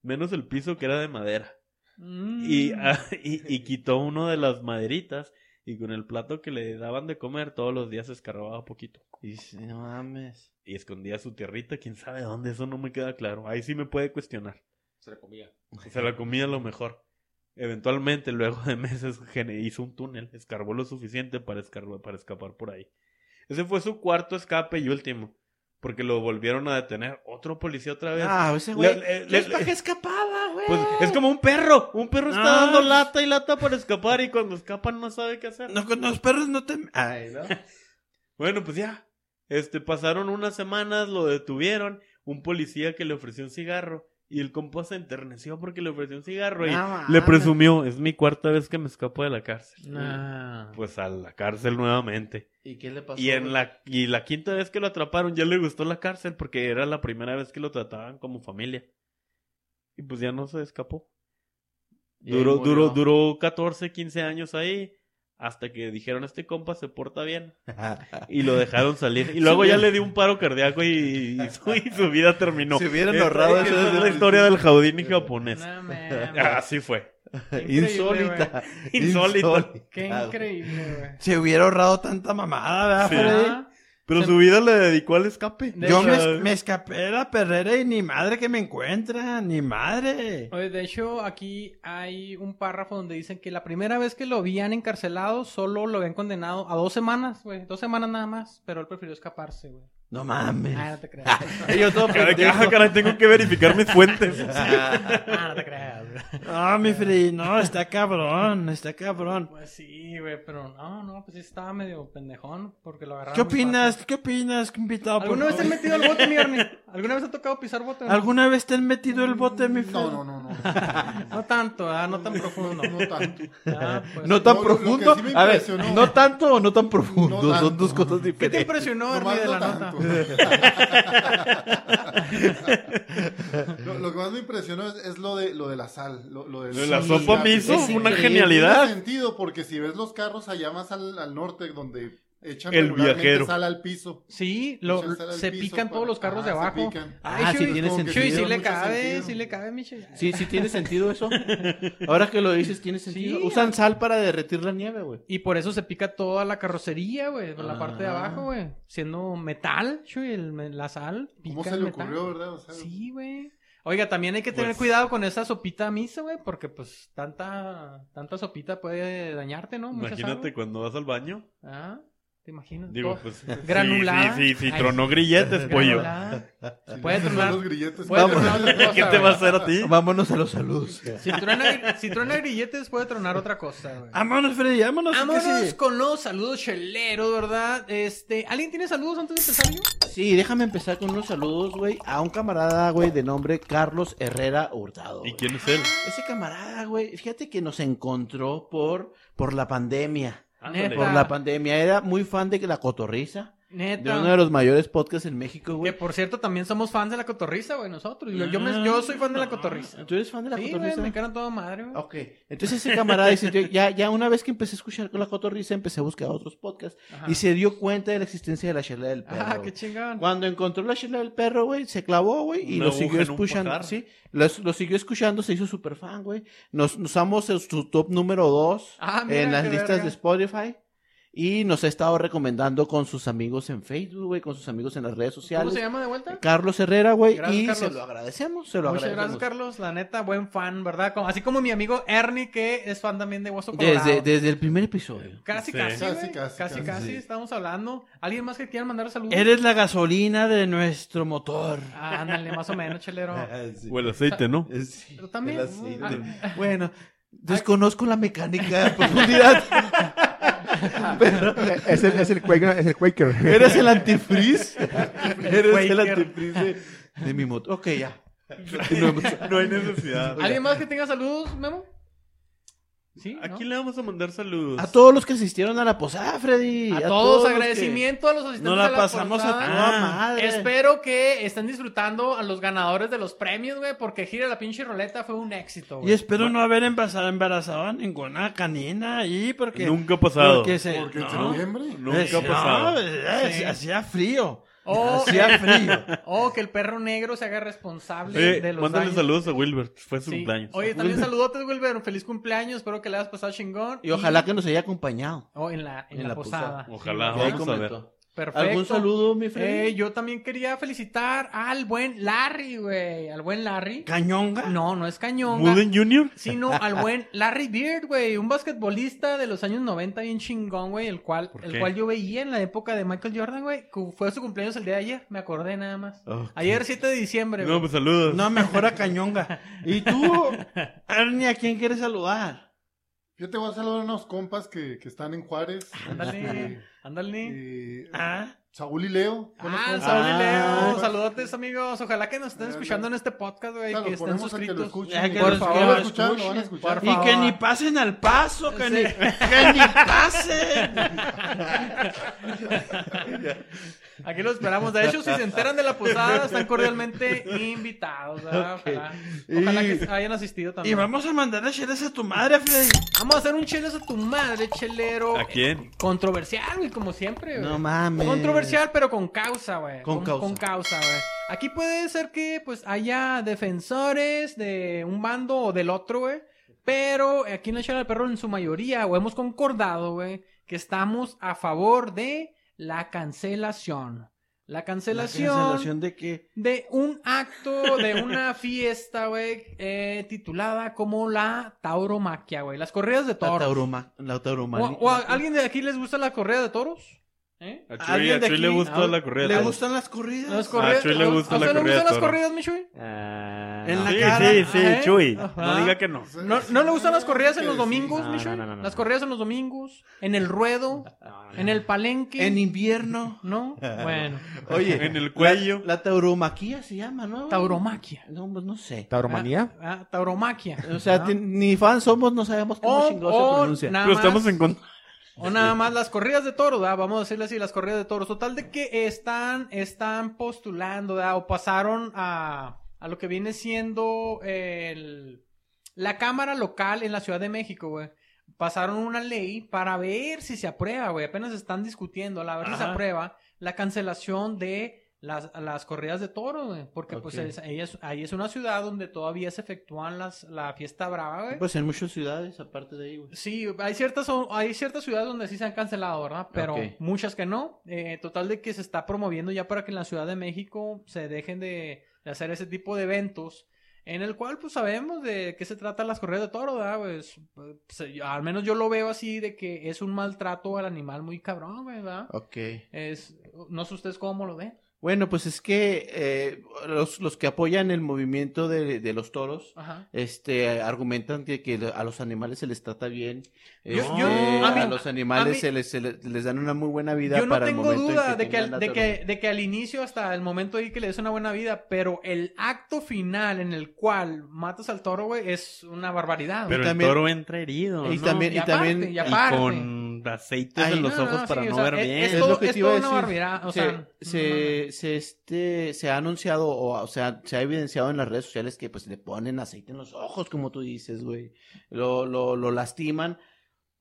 S3: menos el piso que era de madera.
S9: Mm.
S3: Y, ah, [LAUGHS] y, y quitó uno de las maderitas y con el plato que le daban de comer todos los días escarbaba poquito
S6: Y sí, no mames.
S3: y escondía su tierrita, quién sabe dónde, eso no me queda claro. Ahí sí me puede cuestionar.
S10: Se la comía.
S3: Se la comía a lo mejor. Eventualmente, luego de meses, [LAUGHS] gene- hizo un túnel, escarbó lo suficiente para, escarba- para escapar por ahí. Ese fue su cuarto escape y último, porque lo volvieron a detener otro policía otra vez.
S6: Ah, ese
S3: Le-
S6: güey.
S3: le-
S6: ¿Ves
S3: le-
S6: para qué escapaba, güey?
S3: Pues, es como un perro, un perro está
S1: Ah.
S3: dando lata y lata para escapar y cuando escapan no sabe qué hacer.
S1: No, con los perros no te...
S6: Ay, ¿no?
S3: Bueno, pues ya. Este, pasaron unas semanas, lo detuvieron, un policía que le ofreció un cigarro y el compa se enterneció porque le ofreció un cigarro y
S6: No
S3: le
S6: mames.
S3: presumió, es mi cuarta vez que me escapo de la cárcel.
S9: Nah.
S3: Pues a la cárcel nuevamente.
S6: ¿Y qué le pasó?
S3: Y en
S6: güey?
S3: la y la quinta vez que lo atraparon ya le gustó la cárcel porque era la primera vez que lo trataban como familia. Y pues ya no se escapó.
S6: Y ahí
S3: Duró,
S6: murió.
S3: duró, duró 14, 15 años ahí hasta que dijeron este compa se
S6: [LAUGHS]
S3: porta bien y lo dejaron salir. Y luego ya le dio un paro cardíaco y, y su, y su vida terminó.
S6: Se
S1: Eh,
S6: hubieran ahorrado
S3: Esa-
S6: eso
S3: esa
S6: desde
S3: es la
S6: el
S3: historia del jaudini japonés.
S9: No [LAUGHS] mames.
S3: Así fue.
S9: Increíble,
S6: Insólita.
S3: Insólito.
S9: Qué
S6: güey.
S9: increíble, güey.
S1: Se hubiera ahorrado tanta mamada, ¿verdad,
S3: Sí.
S1: Freddy?
S9: Ah,
S3: Pero su vida le dedicó al escape.
S1: Yo
S3: O sea,
S1: me, me escapé de la perrera y ni madre que me encuentra, ni madre.
S2: Oye, de hecho, aquí hay un párrafo donde dicen que la primera vez que lo habían encarcelado, solo lo habían condenado a dos semanas, güey. Dos semanas nada más, pero él prefirió escaparse, güey.
S1: No
S2: [LAUGHS]
S1: mames.
S2: Ah, no te creas.
S3: [LAUGHS]
S1: yo todo
S3: caray, que- ah, caray, tengo que verificar mis fuentes.
S2: ah, no te creas, güey.
S1: [LAUGHS] Ah, mi Freddy, no, está cabrón, está cabrón.
S2: Pues sí, güey, pero no, no, pues sí estaba medio pendejón porque lo agarraron.
S1: ¿Qué
S2: muy
S1: opinas?
S2: fácil.
S1: ¿Qué opinas, invitado? por
S2: ¿Alguna vez te han
S1: favor?
S2: metido al [LAUGHS] bote, mi Ernie? ¿Alguna vez te ha tocado pisar bote?
S1: ¿Alguna vez te han metido el bote, mi Freddy?
S5: No, no, no, no. No,
S2: No tanto, ah, no tan profundo.
S5: no tanto.
S2: [LAUGHS] Ah, pues.
S7: No tan
S5: Lo- lo que
S7: profundo.
S5: sí me
S7: a ver,
S5: impresionó-
S7: no tanto o no tan profundo.
S5: No
S7: Son dos
S5: tanto.
S7: cosas
S2: ¿Qué te
S7: diferentes.
S2: impresionó, Ernie,
S5: Nomás
S2: de
S5: no
S2: la nota?
S5: tanto. lo, lo que más me impresionó es, es lo, de, lo de la sal. Lo, lo de
S3: Lo de la sopa miso,
S5: Es
S3: una
S5: increíble.
S3: genialidad.
S5: Tiene sentido, porque si ves los carros allá más al, al norte, donde echan
S3: El
S5: regularmente
S3: viajero.
S5: sal al piso.
S2: Sí, lo,
S5: Echan sal al
S2: se
S5: piso
S2: pican todos
S5: para-
S2: los carros de
S5: Ajá, se
S2: abajo.
S5: pican.
S2: Ay,
S7: Ah, sí
S2: Chuy,
S7: tiene
S5: como que
S2: Chuy, sí
S5: tiene
S2: le
S5: mucho
S2: cabe,
S5: sentido.
S2: sí le cabe, mi Chuy.
S6: Sí, sí tiene sentido eso. Ahora que lo dices, tiene sentido.
S2: Sí.
S6: Usan sal para derretir la nieve, güey.
S2: Y por eso se pica toda la carrocería, güey, por la parte
S3: Ah.
S2: de abajo, güey. Siendo metal, Chuy, el me- la sal. Pica
S5: ¿Cómo se
S2: el
S5: le
S2: metal.
S5: ocurrió, verdad? O sea,
S2: Sí, güey. Oiga, también hay que tener
S3: Pues-
S2: cuidado con esa sopita misa, güey, porque pues tanta tanta sopita puede dañarte, ¿no? Mucha sal,
S3: Imagínate
S2: güey.
S3: cuando vas al baño.
S2: Ah, te imaginas.
S3: Digo,
S2: Todo-
S3: pues. sí,
S2: Granulada.
S3: Sí, sí, sí,
S2: Ay,
S3: tronó grilletes, pollo.
S2: granulada.
S5: si
S2: puede
S5: no, son
S2: tronar-
S5: los grilletes.
S2: puede
S5: Vamos.
S2: tronar otra cosa,
S3: [LAUGHS] ¿Qué te
S2: güey.
S3: va a hacer a ti?
S7: Vámonos a los saludos.
S2: Si truena, si truena grilletes puede tronar otra cosa,
S6: Ah,
S2: güey.
S1: Vámonos, Freddy,
S6: pues
S1: vámonos. ¿a qué
S2: Vámonos
S1: sigue?
S2: con los saludos cheleros, ¿verdad? Este, ¿alguien tiene saludos antes de empezar yo?
S6: Sí, déjame empezar con unos saludos, güey, a un camarada, güey, de nombre Carlos Herrera Hurtado.
S3: ¿Y
S6: güey.
S3: quién es él?
S6: Ese camarada, güey, fíjate que nos encontró por, por la pandemia.
S3: Ándale.
S6: Por la pandemia. Era muy fan de La Cotorriza, de
S2: Ah. Neta.
S6: uno de los mayores podcasts en México,
S2: Que
S6: güey.
S2: por cierto también somos fans de la cotorriza, güey, nosotros. Yo, yo me- yo soy fan de la cotorriza.
S6: ¿Tú eres fan de La
S2: sí, güey,
S6: Cotorriza? Ah,
S2: me encaran toda madre, güey.
S6: Ok, entonces ese camarada dice, yo ya, ya una vez que empecé a escuchar con la cotorriza, empecé a buscar otros podcasts
S2: Ajá.
S6: y se dio cuenta de la existencia de la chela del perro.
S2: Ah,
S6: güey.
S2: qué chingón.
S6: Cuando encontró la chela del perro, güey, se clavó, güey, y
S3: Una
S6: lo
S3: aguja
S6: siguió
S3: en un
S6: escuchando,
S3: pajar.
S6: sí, los- lo, siguió escuchando, se hizo super fan, güey. Nos, nos damos el- su top número dos
S2: Ah, mira,
S6: en las
S2: qué
S6: listas
S2: verga.
S6: de Spotify. Y nos ha estado recomendando con sus amigos en Facebook, güey, con sus amigos en las redes
S2: ¿Cómo
S6: sociales.
S2: se llama de vuelta?
S6: Carlos Herrera, güey,
S2: Gracias,
S6: y se
S2: Carlos.
S6: lo agradecemos, se lo
S2: Muchas gracias,
S6: agradecemos.
S2: Carlos. La neta, buen fan, ¿verdad? Como- así como mi amigo Ernie, que es fan también de Guaso Colorado.
S6: Desde, desde el primer episodio.
S2: Casi,
S3: Sí.
S2: casi,
S5: Casi,
S2: güey.
S5: casi,
S2: Casi,
S5: casi.
S2: casi, estamos hablando. ¿Alguien más que quieran mandar saludos?
S1: Eres la gasolina de nuestro motor.
S2: Ah, ándale, más o menos, chelero.
S3: O el aceite, ¿no?
S2: Pero también.
S7: El aceite.
S2: ah,
S6: Bueno, desconozco la mecánica a profundidad.
S4: Es el, es el Quaker. Es el Quaker.
S6: Eres el antifreeze. Eres el
S2: Quaker.
S6: antifreeze de, de mi moto. Ok,
S2: [LAUGHS]
S6: ya.
S3: No hay necesidad.
S2: ¿Alguien más que tenga saludos, Memo? Sí.
S3: ¿A
S2: ¿no?
S3: quién le vamos a mandar saludos?
S6: A todos los que asistieron a la posada, Freddy.
S2: A todos,
S6: los
S2: agradecimiento a los asistentes.
S1: No la
S2: de
S1: pasamos a
S2: posada.
S6: que-
S1: todos.
S6: No,
S1: Ah,
S6: madre.
S2: Espero que estén disfrutando a los ganadores de los premios, güey, porque Gira la pinche roleta fue un éxito,
S1: Y
S2: güey.
S1: espero no haber embarazado, embarazado a ninguna canina ahí, porque.
S3: Nunca ha pasado.
S1: Porque se.
S5: Porque en
S1: no.
S5: septiembre.
S1: Es-
S3: Nunca ha
S1: no,
S3: pasado.
S1: eh,
S2: Sí. Oh.
S1: Hacía frío.
S2: O,
S1: Hacía frío.
S2: o Oh, que el perro negro se haga responsable
S3: Oye,
S2: de los
S3: mándale
S2: daños.
S3: saludos a Wilbert. Fue su
S2: Sí.
S3: cumpleaños.
S2: Oye, también saludotes, Wilber. Feliz cumpleaños. Espero que le hayas pasado chingón.
S6: Y
S2: [LAUGHS]
S6: ojalá que nos haya acompañado.
S2: O en la, en
S6: En
S2: la,
S6: la
S2: posada.
S3: Ojalá,
S6: Ya
S3: vamos a ver.
S6: comentó.
S2: Perfecto.
S6: ¿Algún saludo, mi Freddy?
S2: Eh, yo también quería felicitar al buen Larry, güey. Al buen Larry.
S1: Cañonga.
S2: No, no es cañón.
S3: ¿Mullen Jr.?
S2: sino al [LAUGHS] buen Larry Beard, güey, un basquetbolista de los años 90 bien chingón, güey, el cual
S3: ¿Por
S2: el
S3: qué?
S2: cual yo veía en la época de Michael Jordan, güey, cu- fue su cumpleaños el día de ayer, me acordé nada más.
S3: Ok.
S2: Ayer 7 de diciembre,
S3: No,
S2: güey.
S3: pues saludos.
S1: No, mejor a Cañonga. ¿Y tú,
S2: [LAUGHS]
S1: Ernie, a quién quieres saludar?
S5: Yo te voy a saludar a unos compas que, que están en Juárez.
S2: Ándale,
S5: Este,
S2: ándale.
S5: eh,
S1: ¿Ah?
S5: Saúl y Leo. buenos
S2: Ah,
S5: compas.
S2: Saúl y
S5: Ah,
S2: Leo,
S5: pues,
S2: saludotes amigos, ojalá que nos estén
S5: Eh,
S2: escuchando en este podcast, güey,
S5: claro,
S2: que estén
S5: ponemos a que
S2: suscritos.
S5: lo
S2: Ah,
S5: escuchen.
S1: Ya que
S5: Por
S1: los
S5: favor,
S1: quiero
S5: lo escucharon, lo van a escuchar.
S2: Por
S1: Y que
S2: favor.
S1: ni pasen al paso, que,
S2: Sí.
S1: ni, que ni
S2: [LAUGHS]
S1: pasen.
S2: Aquí los esperamos. De hecho, si se enteran de la posada, están [LAUGHS] cordialmente invitados. ¿verdad? Ojalá, ojalá que hayan asistido
S1: Y
S2: también.
S1: vamos a mandarle chelas a tu madre, Freddy.
S2: Vamos a hacer un chelas a tu madre, chelero.
S3: ¿A quién?
S2: Controversial, güey, como siempre, güey.
S6: No mames.
S2: Controversial, pero con causa, güey.
S6: Con causa.
S2: Con causa, güey. Aquí puede ser que, pues, haya defensores de un bando o del otro, güey. Pero eh, aquí en la Chela del Perro, en su mayoría, o hemos concordado, güey, que estamos a favor de la cancelación. La
S1: ¿La
S2: cancelación,
S1: cancelación de qué?
S2: de un acto, de una fiesta, güey, eh, titulada como la tauromaquia, güey. Las corridas de
S6: La
S2: toros.
S6: tauroma, la
S2: ¿O,
S6: tauroma.
S2: o a- alguien de aquí les gusta la corrida de toros? ¿Eh?
S3: A Chuy,
S1: ¿Alguien
S3: a
S1: de
S3: Chuy le
S1: aquí?
S3: gusta
S1: Ah,
S3: la corrida.
S1: ¿Le
S3: Ah,
S1: gustan las corridas?
S2: Las
S3: A Chuy le gusta
S2: ¿A
S3: la
S2: usted le
S3: corrida de
S2: gustan las
S3: toros.
S2: corridas, mi Chuy?
S4: Ah,
S1: En
S4: no.
S1: la
S3: Sí,
S1: cara.
S3: sí, sí,
S2: ¿eh?
S3: Chuy.
S2: Ajá.
S3: No diga que no.
S2: ¿No, ¿No le gustan las corridas en
S5: que
S2: los
S5: sí.
S2: domingos,
S4: No,
S2: mi
S4: no,
S2: Chuy?
S4: no, no, no.
S2: Las corridas en los domingos, en el
S4: [LAUGHS]
S2: ruedo, en el palenque.
S6: En invierno.
S2: ¿No?
S6: [LAUGHS]
S2: Bueno.
S6: Oye,
S3: En el cuello.
S6: la tauromaquia se llama, ¿no?
S2: Tauromaquia.
S6: No, pues no
S2: [LAUGHS]
S6: sé.
S4: ¿Tauromanía?
S2: Ah, ah, tauromaquia.
S6: O sea,
S2: Ah.
S6: ti- ni fans somos, no sabemos cómo
S2: O,
S6: chingados
S2: o
S6: se pronuncia.
S2: nada
S3: Pero estamos
S2: más-
S3: en contra.
S2: O nada más las corridas de toros, ¿verdad? vamos a decirle así, las corridas de toros. Total de que están, están postulando, ¿verdad? o pasaron a, a lo que viene siendo el- la Cámara Local en la Ciudad de México, güey. Pasaron una ley para ver si se aprueba, güey. Apenas están discutiendo, a ver si se
S3: Ajá.
S2: aprueba la cancelación de las, las corridas de toros, güey. Porque pues es- ahí, es, ahí es una ciudad donde todavía se efectúan las, la fiesta brava, güey.
S6: Pues en muchas ciudades, aparte de ahí, güey.
S2: Sí, hay ciertas, hay ciertas ciudades donde sí se han cancelado, ¿verdad? Pero
S6: Ok.
S2: muchas que no. Eh, total de que se está promoviendo ya para que en la Ciudad de México se dejen de, de hacer ese tipo de eventos. En el cual, pues, sabemos de qué se trata las correas de toro, ¿verdad? Pues, pues, yo- al menos yo lo veo así de que es un maltrato al animal muy cabrón, güey, ¿verdad?
S6: Ok.
S2: Es, no sé ustedes cómo lo ven.
S6: Bueno, pues es que eh, los, los que apoyan el movimiento de, de los toros
S2: Ajá.
S6: este argumentan que, que a los animales se les trata bien
S2: Yo-
S6: este,
S2: yo-
S6: a,
S2: a mí-
S6: los
S2: a
S6: animales
S2: mí-
S6: se, les, se les, les dan una muy buena vida
S2: Yo no
S6: para
S2: tengo
S6: el momento en
S2: duda de, que
S6: tengan
S2: al,
S6: la
S2: de,
S6: tauroma.
S2: que, de que al inicio hasta el momento ahí que le des una buena vida, pero el acto final en el cual matas al toro, güey, es una barbaridad. güey.
S3: Pero
S6: también-
S3: el toro entra herido.
S6: y
S3: ¿no?
S6: también y,
S2: aparte,
S6: también
S2: y aparte.
S3: con aceites
S6: Ay,
S3: en los
S2: no,
S3: ojos
S2: no,
S3: para
S2: sí,
S3: no
S2: o sea,
S3: ver
S2: es-
S3: bien.
S2: es
S6: Es
S2: todo-
S6: lo que te iba
S2: toda
S6: a
S2: una
S6: decir.
S2: barbaridad, o
S6: se,
S2: sea,
S6: se, se, este, se ha anunciado o, o sea, se ha evidenciado en las redes sociales que pues le ponen aceite en los ojos, como tú dices, güey. Lo, lo, lo lastiman.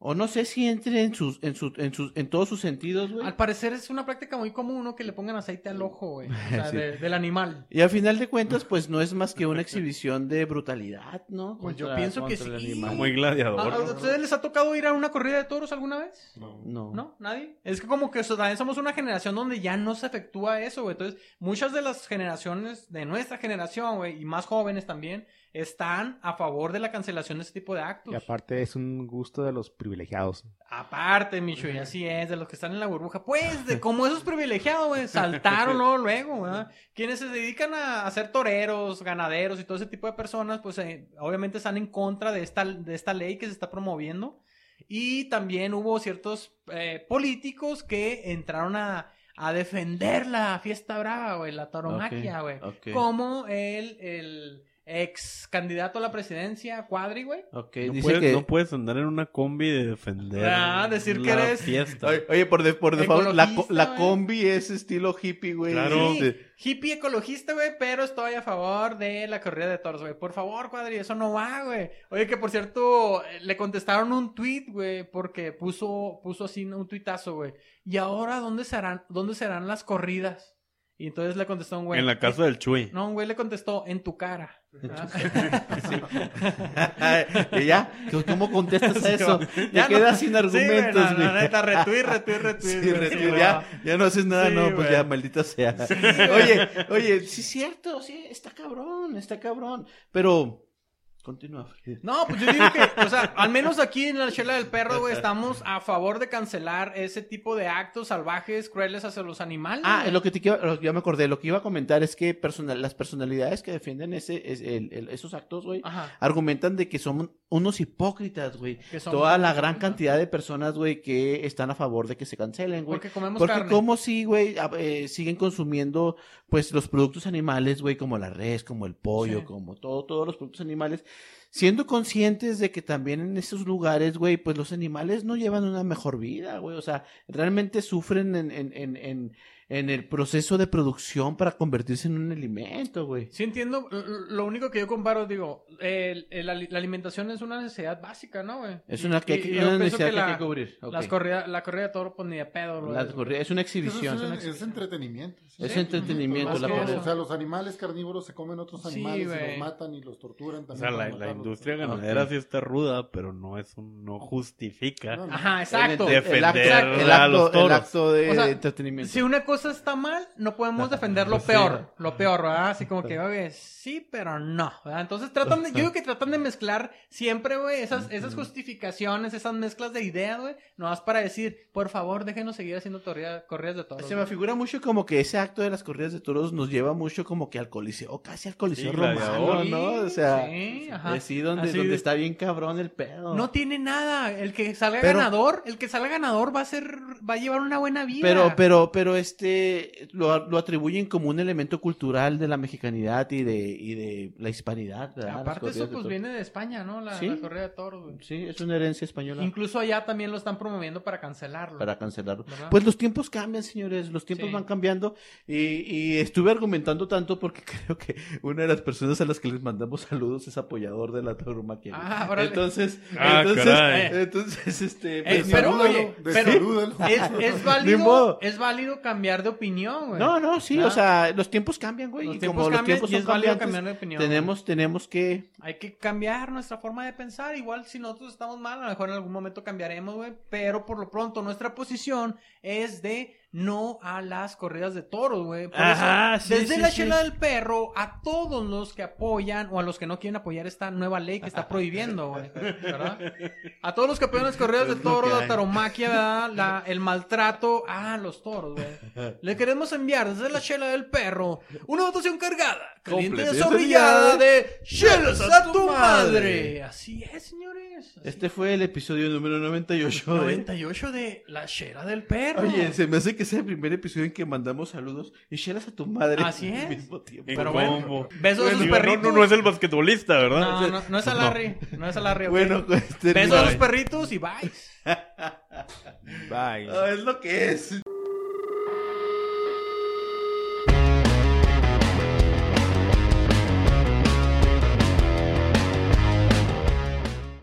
S6: O no sé si entre en sus, en sus, en sus, en todos sus sentidos, güey.
S2: Al parecer es una práctica muy común, ¿no? Que le pongan aceite al ojo, güey.
S6: [LAUGHS]
S2: O sea,
S6: Sí.
S2: de- del animal.
S6: Y al final de cuentas, pues no es más que una exhibición de brutalidad, ¿no?
S2: Pues yo
S6: Contra-
S2: pienso que
S6: contra el
S2: sí.
S6: animal.
S3: Muy
S2: ¿A,
S3: gladiador.
S2: a ustedes les ha tocado ir a una corrida de toros alguna vez?
S6: No.
S2: ¿No? ¿Nadie? Es que como que o sea, también somos una generación donde ya no se efectúa eso, güey. Entonces, muchas de las generaciones de nuestra generación, güey, y más jóvenes también, están a favor de la cancelación de ese tipo de actos.
S4: Y aparte es un gusto de los privilegiados.
S2: Aparte, Micho, y así es, de los que están en la burbuja. Pues, de
S6: [LAUGHS]
S2: como esos privilegiados, güey, saltaron luego, luego, ¿verdad? Quienes se dedican a, a ser toreros, ganaderos y todo ese tipo de personas, pues eh, obviamente están en contra de esta, de esta ley que se está promoviendo. Y también hubo ciertos eh, políticos que entraron a, a defender la fiesta brava, güey, la tauromaquia, güey.
S6: Ok.
S2: Como el, el ex candidato a la presidencia, Cuadri, güey.
S6: Ok,
S3: No,
S6: dice
S3: puedes,
S6: que.
S3: no puedes andar en una combi de defender.
S2: Ah, decir que
S3: la
S2: eres-
S3: fiesta.
S6: Oye, oye, por, de, por default, la, co-
S2: Ecologista,
S6: la
S2: güey.
S6: combi es estilo hippie, güey.
S3: Claro.
S6: Este,
S2: Hippie ecologista, güey, pero estoy a favor de la corrida de toros, güey. Por favor, cuadri, eso no va, güey. Oye, que por cierto, eh, le contestaron un tweet, güey, porque puso, puso así un tuitazo, güey. ¿Y ahora dónde serán, dónde serán las corridas? Y entonces le contestó un güey.
S3: en la casa del Chuy.
S2: No, un güey le contestó, en tu cara. Ah.
S6: y ya, ¿cómo contestas a
S2: Sí,
S6: eso?
S2: va.
S6: Te
S2: Ya no-
S6: quedas sin
S2: [LAUGHS] [LAUGHS] Sí, güey,
S6: argumentos,
S2: no,
S6: güey.
S2: no, neta, retweet, retweet, retweet.
S6: Sí,
S2: güey,
S6: retweet,
S2: sí,
S6: ya, ya no haces nada,
S2: Sí,
S6: no, pues
S2: güey.
S6: ya, maldita sea. oye, oye, sí es cierto, sí, está cabrón, está cabrón. Pero, continúa, Fred.
S2: No, pues yo digo que, o sea, al menos aquí en la chela del perro, güey, estamos a favor de cancelar ese tipo de actos salvajes, crueles hacia los animales.
S6: Ah,
S2: güey.
S6: lo que te quiero- lo que ya me acordé, lo que iba a comentar es que personal, las personalidades que defienden ese, es- el- el- esos actos, güey,
S2: Ajá.
S6: argumentan de que son unos hipócritas, güey.
S2: que somos-
S6: Toda la gran cantidad de personas, güey, que están a favor de que se cancelen, güey.
S2: Porque comemos
S6: Porque
S2: carne.
S6: como si, güey, a- eh, siguen consumiendo, pues, los productos animales, güey, como la res, como el pollo,
S2: Sí.
S6: como todo, todos los productos animales, siendo conscientes de que también en esos lugares, güey, pues, los animales no llevan una mejor vida, güey, o sea, realmente sufren en, en, en, en, en el proceso de producción para convertirse en un alimento, güey.
S2: Sí entiendo, l- l- lo único que yo comparo, digo, el- el ali- la alimentación es una necesidad básica, ¿no, güey?
S6: Es
S2: Y-
S6: una, que,
S2: y- y
S6: una
S2: yo pienso
S6: necesidad que,
S2: la-
S6: hay que cubrir. Ok.
S2: Las corrida, la corrida de toro, pues ni de pedo, güey.
S6: Las corri- es una exhibición.
S5: Entonces,
S6: es una
S5: es, es entretenimiento. sí. Pues
S6: Es entretenimiento,
S5: Más
S6: la
S5: que-
S2: cosa.
S5: O sea, los animales carnívoros se comen otros
S2: Sí,
S5: animales y
S2: güey.
S5: los matan y los torturan
S3: O
S5: también.
S3: sea, la,
S5: para
S3: la
S5: matarlos.
S3: industria ganadera sí está ruda, pero no es un, no justifica.
S5: No, no.
S2: Ajá, exacto.
S3: El-
S6: el acto,
S3: Defender
S6: el
S3: a los
S6: acto- el
S3: toros.
S6: acto de
S2: O sea,
S6: entretenimiento.
S2: Si una cosa está mal, no podemos defender lo
S3: Pues sí.
S2: peor, lo peor, ¿verdad? Así como que, oye, sí, pero no, ¿verdad? Entonces tratan de, yo digo que tratan de mezclar siempre, güey, esas, esas justificaciones, esas mezclas de ideas, güey, nomás para decir, por favor, déjenos seguir haciendo torrida- corridas de toros.
S6: Se me
S2: güey.
S6: figura mucho como que ese acto de las corridas de toros nos lleva mucho como que al coliseo, casi al coliseo
S3: Sí,
S6: romano,
S3: gladiador.
S6: ¿no? O sea,
S2: Sí, ajá.
S6: así donde,
S2: Así
S6: donde
S2: de-
S6: está bien cabrón el pedo.
S2: No tiene nada. El que salga
S6: Pero-
S2: ganador, el que salga ganador va a ser, va a llevar una buena vida.
S6: pero, pero, pero este lo, lo atribuyen como un elemento cultural de la mexicanidad y de, y de la hispanidad, ¿verdad? Ah, Las
S2: aparte
S6: corridas
S2: eso
S6: de
S2: pues
S6: toros.
S2: viene de España, ¿no? La,
S6: Sí.
S2: la corrida de toros. güey.
S6: Sí, es una herencia española
S2: Incluso allá también lo están promoviendo para cancelarlo.
S6: para cancelarlo.
S2: ¿verdad?
S6: Pues los tiempos cambian, señores, los tiempos
S2: Ah. Sí.
S6: van cambiando y, y estuve argumentando tanto porque [LAUGHS] creo que una de las personas a las que les mandamos saludos es apoyador de la tauromaquia.
S2: Ah, órale.
S6: Entonces,
S3: Ah,
S6: entonces,
S3: caray.
S6: entonces, este,
S2: Eh,
S6: pues,
S2: pero,
S5: Salúdalo,
S2: oye, pero-
S5: desalúdalo.
S2: es,
S6: [LAUGHS]
S2: es
S6: Ni modo.
S2: válido, es válido cambiar de opinión, güey.
S6: no, no, sí,
S2: Ah.
S6: o sea, los tiempos cambian, güey,
S2: Los
S6: y
S2: tiempos
S6: como los
S2: cambian
S6: tiempos
S2: y
S6: son
S2: es válido
S6: cambiantes,
S2: cambiar de opinión.
S6: tenemos, tenemos que,
S2: Hay que cambiar nuestra forma de pensar. Igual si nosotros estamos mal, a lo mejor en algún momento cambiaremos, güey. Pero por lo pronto, nuestra posición es de no a las corridas de toros, güey. Por
S1: Ajá,
S2: eso,
S1: sí,
S2: desde
S1: sí,
S2: la
S1: sí.
S2: chela del perro, a todos los que apoyan o a los que no quieren apoyar esta nueva ley que
S1: [LAUGHS]
S2: está prohibiendo, güey. ¿Verdad? A todos los que apoyan las corridas de toros, la taromaquia,
S1: [LAUGHS]
S2: ¿verdad? La- el maltrato a los toros, güey. Le queremos enviar desde la chela del perro una votación cargada, caliente y desorrillada de chelas a tu madre. Así es, señores. Así
S6: este fue el episodio número 98 de-
S2: 98 de la chela del perro.
S6: Oye, se me hace que sea el primer episodio en que mandamos saludos y chelas a tu madre
S2: Así
S6: al
S2: es.
S6: mismo tiempo.
S3: En
S2: pero bueno,
S3: combo.
S2: besos a esos
S3: Digo, no,
S2: perritos.
S3: no, no es el basquetbolista, ¿verdad?
S2: No, no, no es a Larry, no es a Larry. ok.
S6: Bueno, pues,
S2: besos a los
S6: termina-
S2: perritos y bye.
S4: Bye.
S6: Ah, es lo que es.